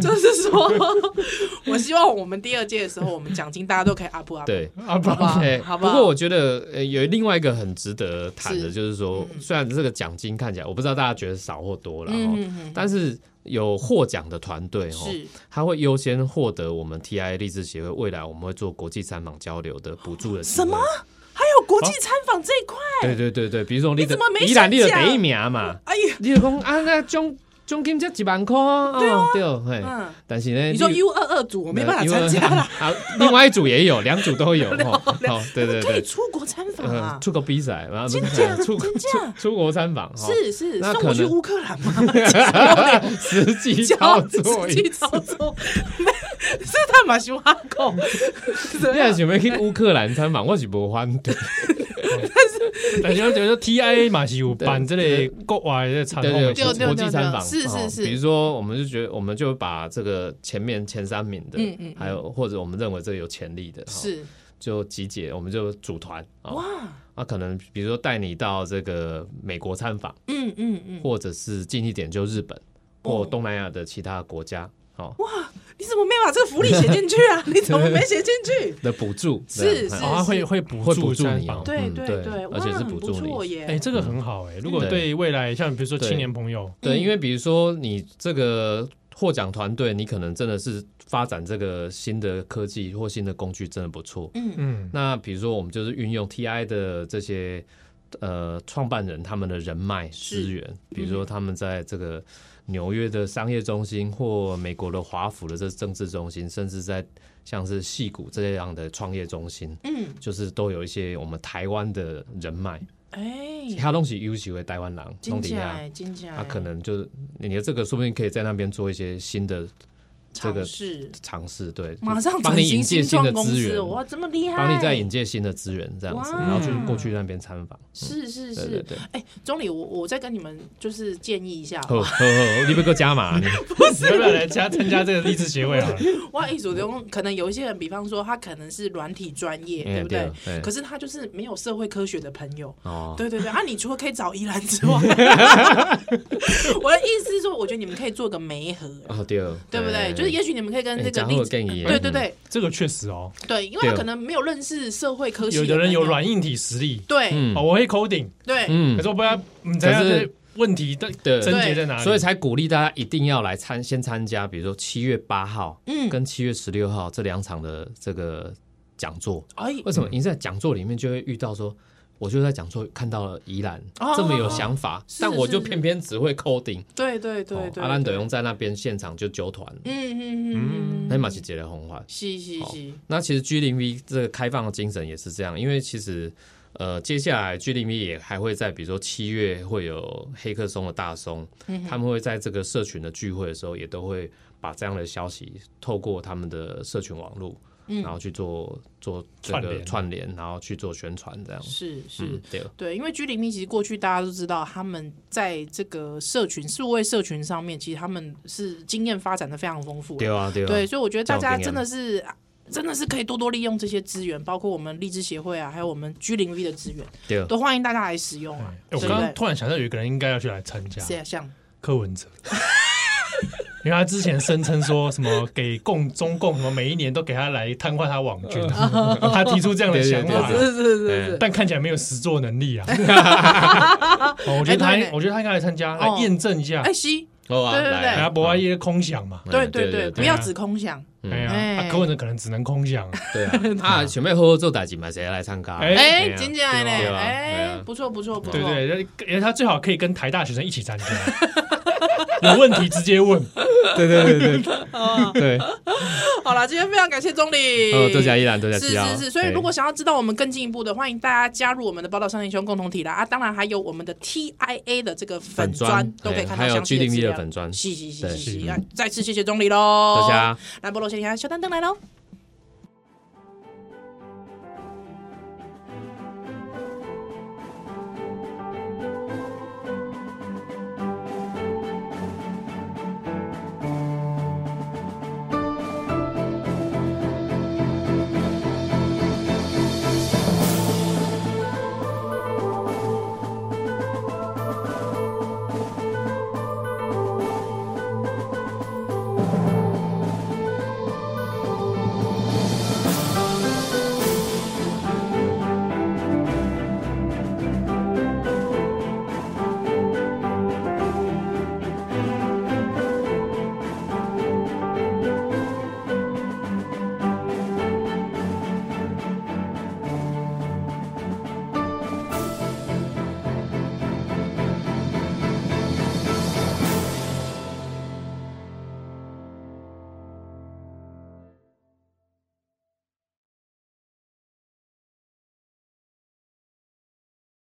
Speaker 3: 就是说， 我希望我们第二届的时候，我们奖金大家都可以 up up，，
Speaker 4: 对。
Speaker 2: 啊不
Speaker 3: 好不好？
Speaker 4: 哎，
Speaker 3: 好不
Speaker 4: 不
Speaker 3: 好？
Speaker 4: 过我觉得呃有另外一个很值得谈的，
Speaker 3: 是
Speaker 4: 就是说，虽然这个奖金看起来我不知道大家觉得少或多了
Speaker 3: 嗯
Speaker 4: 哦，
Speaker 3: 嗯嗯，
Speaker 4: 但是有获奖的团队哦，
Speaker 3: 是
Speaker 4: 他会优先获得我们 TI 励志协会未来我们会做国际参访交流的补助的机会
Speaker 3: 什么？还有国际参访这一块，
Speaker 4: 对对对对，比如说你
Speaker 3: 你怎么没
Speaker 4: 宜兰你的
Speaker 3: 先讲
Speaker 4: 第一名嘛，
Speaker 3: 哎呀，
Speaker 4: 你就讲啊那奖奖金才一万块啊，哦对，嘿，
Speaker 3: 嗯，
Speaker 4: 但是呢，
Speaker 3: 你说
Speaker 4: 你
Speaker 3: U 二二组我没办法
Speaker 4: 因为
Speaker 3: 参加啦，
Speaker 4: 啊，另外一组也有，两组 都有哦，哦 对对
Speaker 3: 可以
Speaker 4: 对，
Speaker 3: 出国参访
Speaker 4: 呃
Speaker 3: 啊，，
Speaker 4: 出国比赛，然后
Speaker 3: 真假
Speaker 4: 出
Speaker 3: 真假
Speaker 4: 出出国参访，哦哈
Speaker 3: 是是，
Speaker 4: 那
Speaker 3: 送
Speaker 4: 可
Speaker 3: 我去
Speaker 4: 能
Speaker 3: 乌克兰吗？
Speaker 4: 实际 操
Speaker 3: 教
Speaker 4: 作
Speaker 3: 实。际操作， 是他马修哈 狗，
Speaker 4: 你若想要去乌克兰参访，我是无反对。
Speaker 2: 但是我觉得 TIA 嘛是有办这类
Speaker 4: 对
Speaker 2: 国外的产
Speaker 4: 对对
Speaker 2: 品，
Speaker 3: 对对
Speaker 4: 对，国际参访
Speaker 3: 对对对
Speaker 4: 哦
Speaker 3: 是是是
Speaker 4: 比如说，我们就觉得，我们就把这个前面前三名的
Speaker 3: 嗯嗯嗯，
Speaker 4: 还有或者我们认为这有潜力的，哦
Speaker 3: 是
Speaker 4: 就集结，我们就组团啊。
Speaker 3: 哇，
Speaker 4: 啊，可能比如说带你到这个美国参访，
Speaker 3: 嗯嗯嗯，
Speaker 4: 或者是近一点就日本或
Speaker 3: 哦
Speaker 4: 东南亚的其他国家，哦
Speaker 3: 你怎么没把这个福利写进去 啊？你怎么没写进去？
Speaker 4: 的补助哦
Speaker 3: 是
Speaker 4: 这样
Speaker 3: 是
Speaker 2: 啊会会补
Speaker 4: 会补
Speaker 2: 助
Speaker 4: 助
Speaker 2: 参
Speaker 4: 你哦
Speaker 2: 访，，
Speaker 3: 对
Speaker 4: 嗯
Speaker 3: 对
Speaker 4: 对，
Speaker 3: 哇，
Speaker 4: 而且是
Speaker 3: 很
Speaker 4: 补
Speaker 3: 不
Speaker 4: 助你
Speaker 3: 错。耶！
Speaker 2: 哎，这个很好哎。如果
Speaker 4: 对
Speaker 2: 对未来像比如说青年朋友，
Speaker 4: 对，因为比如说你这个获奖团队，你可能真的是发展这个新的科技或新的工具，真的不错。
Speaker 2: 嗯，
Speaker 4: 那比如说我们就是运用 TI 的这些呃创办人他们的人脉资源，比如说他们在这个纽约的商业中心或美国的华府的这政治中心，甚至在像是戏谷这样的创业中心，
Speaker 3: 嗯，
Speaker 4: 就是都有一些我们台湾的人脉，
Speaker 3: 哎，
Speaker 4: 他东西尤其为台湾人，
Speaker 3: 金
Speaker 4: 底
Speaker 3: 起
Speaker 4: 下。
Speaker 3: 来，金起来，
Speaker 4: 啊他可能就是你的这个，说不定可以在那边做一些新的这个
Speaker 3: 尝试
Speaker 4: 尝试，对，
Speaker 3: 马上
Speaker 4: 帮
Speaker 3: 转
Speaker 4: 你
Speaker 3: 型
Speaker 4: 引
Speaker 3: 新
Speaker 4: 介新的
Speaker 3: 创公
Speaker 4: 资
Speaker 3: 司，
Speaker 4: 源，
Speaker 3: 哇，这么厉害！
Speaker 4: 帮你再引介新的资源这样子，
Speaker 3: 哇
Speaker 4: 然后去过去那边参访。
Speaker 3: 是是
Speaker 4: 嗯对对
Speaker 3: 是，
Speaker 4: 对，
Speaker 3: 哎，钟理，我我再跟你们就是建议一下，
Speaker 4: 呵呵呵，你不够 加码，你
Speaker 2: 你要不要来加参加这个励志协会啊？
Speaker 3: 哇，艺术中可能有一些人，比方说他可能是软体专业，
Speaker 4: 哎
Speaker 3: 对不对？
Speaker 4: 对对
Speaker 3: 可是他就是没有社会科学的朋友。
Speaker 4: 哦，
Speaker 3: 对对对，啊，你除了可以找依兰之外， 我的意思是说，我觉得你们可以做个媒合，
Speaker 4: 哦对，
Speaker 3: 对不对？就是也许你们可以跟
Speaker 4: 哎
Speaker 3: 那个
Speaker 4: 讲
Speaker 3: 例
Speaker 4: 后
Speaker 3: 子
Speaker 4: 更
Speaker 3: 嗯
Speaker 4: 野
Speaker 3: 对对对
Speaker 2: 这个确实哦，
Speaker 3: 对，因为
Speaker 4: 对
Speaker 3: 他
Speaker 4: 哦
Speaker 3: 可能没有认识社会科学，
Speaker 2: 有的人有软硬体实力，
Speaker 3: 对
Speaker 4: 嗯
Speaker 2: 哦，我会 coding，
Speaker 3: 对
Speaker 4: 嗯
Speaker 2: 可是我不知道，你知道
Speaker 4: 可是
Speaker 2: 这问题的
Speaker 4: 对
Speaker 2: 症结在哪里，哎
Speaker 4: 所以才鼓励大家一定要来参先参加，比如说七月八号
Speaker 3: 嗯，
Speaker 4: 跟七月十六号这两场的这个讲座。
Speaker 3: 哎
Speaker 4: 为什么？你在讲座里面就会遇到说，我就在讲座看到了宜兰
Speaker 3: 哦
Speaker 4: 这么有想法，
Speaker 3: 是
Speaker 4: 但我就是偏偏只会 coding。
Speaker 3: 对对对
Speaker 4: 哦
Speaker 3: 对，
Speaker 4: 阿兰德
Speaker 3: 对
Speaker 4: 用在那边现场就纠团，
Speaker 3: 嗯嗯嗯嗯，
Speaker 4: 那马是杰的红环。
Speaker 3: 是是
Speaker 4: 好
Speaker 3: 是，
Speaker 4: 那其实 G 零 V 这个开放的精神也是这样，因为其实呃，接下来 G 零 V 也还会在比如说七月会有黑客松的大松，
Speaker 3: 嗯
Speaker 4: 他们会在这个社群的聚会的时候，也都会把这样的消息透过他们的社群网络，
Speaker 3: 嗯
Speaker 4: 然后去做做这
Speaker 2: 串
Speaker 4: 个
Speaker 2: 联
Speaker 4: 串联，然后去做宣传这样。
Speaker 3: 是是。
Speaker 4: 嗯，对，
Speaker 3: 对，因为居里密其实过去大家都知道，他们在这个社群数位社群上面，其实他们是经验发展的非常丰富的。
Speaker 4: 对啊，对啊，
Speaker 3: 对，所以我觉得大家
Speaker 4: 这样有
Speaker 3: 真的是真的是可以多多利用这些资源，包括我们荔枝协会啊，还有我们居零 V 的资源，
Speaker 4: 对啊，
Speaker 3: 都欢迎大家来使用啊
Speaker 2: 哎。我
Speaker 3: 对
Speaker 2: 刚
Speaker 3: 不
Speaker 2: 刚
Speaker 3: 对？
Speaker 2: 突然想到有一个人应该要去来参加
Speaker 3: 是啊，像
Speaker 2: 柯文哲， 因为他之前声称说什么给共中共什么每一年都给他来瘫痪他网军，
Speaker 3: 嗯
Speaker 2: 他提出这样的想
Speaker 4: 对对
Speaker 2: 法
Speaker 4: 对，
Speaker 3: 是是
Speaker 4: 哎
Speaker 3: 是是，
Speaker 2: 但看起来没有实作能 力啊。哦我觉得他
Speaker 3: 哎对呢，
Speaker 2: 我觉得他应该来参加，
Speaker 3: 哦
Speaker 2: 来验证一下
Speaker 3: 哎，，西，
Speaker 4: 哦啊
Speaker 3: 对对对
Speaker 4: 来
Speaker 2: 大
Speaker 4: 啊
Speaker 2: 家不要一些空想嘛。
Speaker 4: 嗯
Speaker 3: 对
Speaker 4: 对
Speaker 3: 对对，不
Speaker 4: 对
Speaker 3: 要
Speaker 2: 对啊
Speaker 3: 只空想，
Speaker 4: 嗯
Speaker 2: 哎
Speaker 3: 哎
Speaker 2: 呀，啊柯文哲可能只能空想。
Speaker 4: 对 啊，啊，想要好好做代志嘛，谁来参加？
Speaker 2: 哎
Speaker 3: 哎
Speaker 4: 对，啊
Speaker 3: 真起来
Speaker 4: 对
Speaker 3: 嘞，
Speaker 4: 啊对
Speaker 3: 哎
Speaker 4: 啊，
Speaker 3: 不错不错不错，
Speaker 2: 对对，因为他最好可以跟台大学生一起参加， 有问题直接问。
Speaker 4: 对对对对
Speaker 3: 哦
Speaker 4: 对，
Speaker 3: 好了，今天非常感谢钟礼，
Speaker 4: 哦，多加依兰，多加
Speaker 3: 是
Speaker 4: 西奥
Speaker 3: 是是，所以
Speaker 4: 对
Speaker 3: 如果想要知道我们更进一步的，欢迎大家加入我们的报道三连兄共同体啦啊！当然还有我们的 TIA 的这个粉砖
Speaker 4: 砖
Speaker 3: 都可以看到
Speaker 4: 还有
Speaker 3: 详细
Speaker 4: G
Speaker 3: 的
Speaker 4: D
Speaker 3: 资
Speaker 4: V
Speaker 3: 料
Speaker 4: 的。粉砖，
Speaker 3: 是是是
Speaker 4: 对
Speaker 3: 是
Speaker 2: 是
Speaker 3: 是，那再次谢谢钟离喽，
Speaker 4: 大家
Speaker 3: 来菠萝先生小丹登来喽，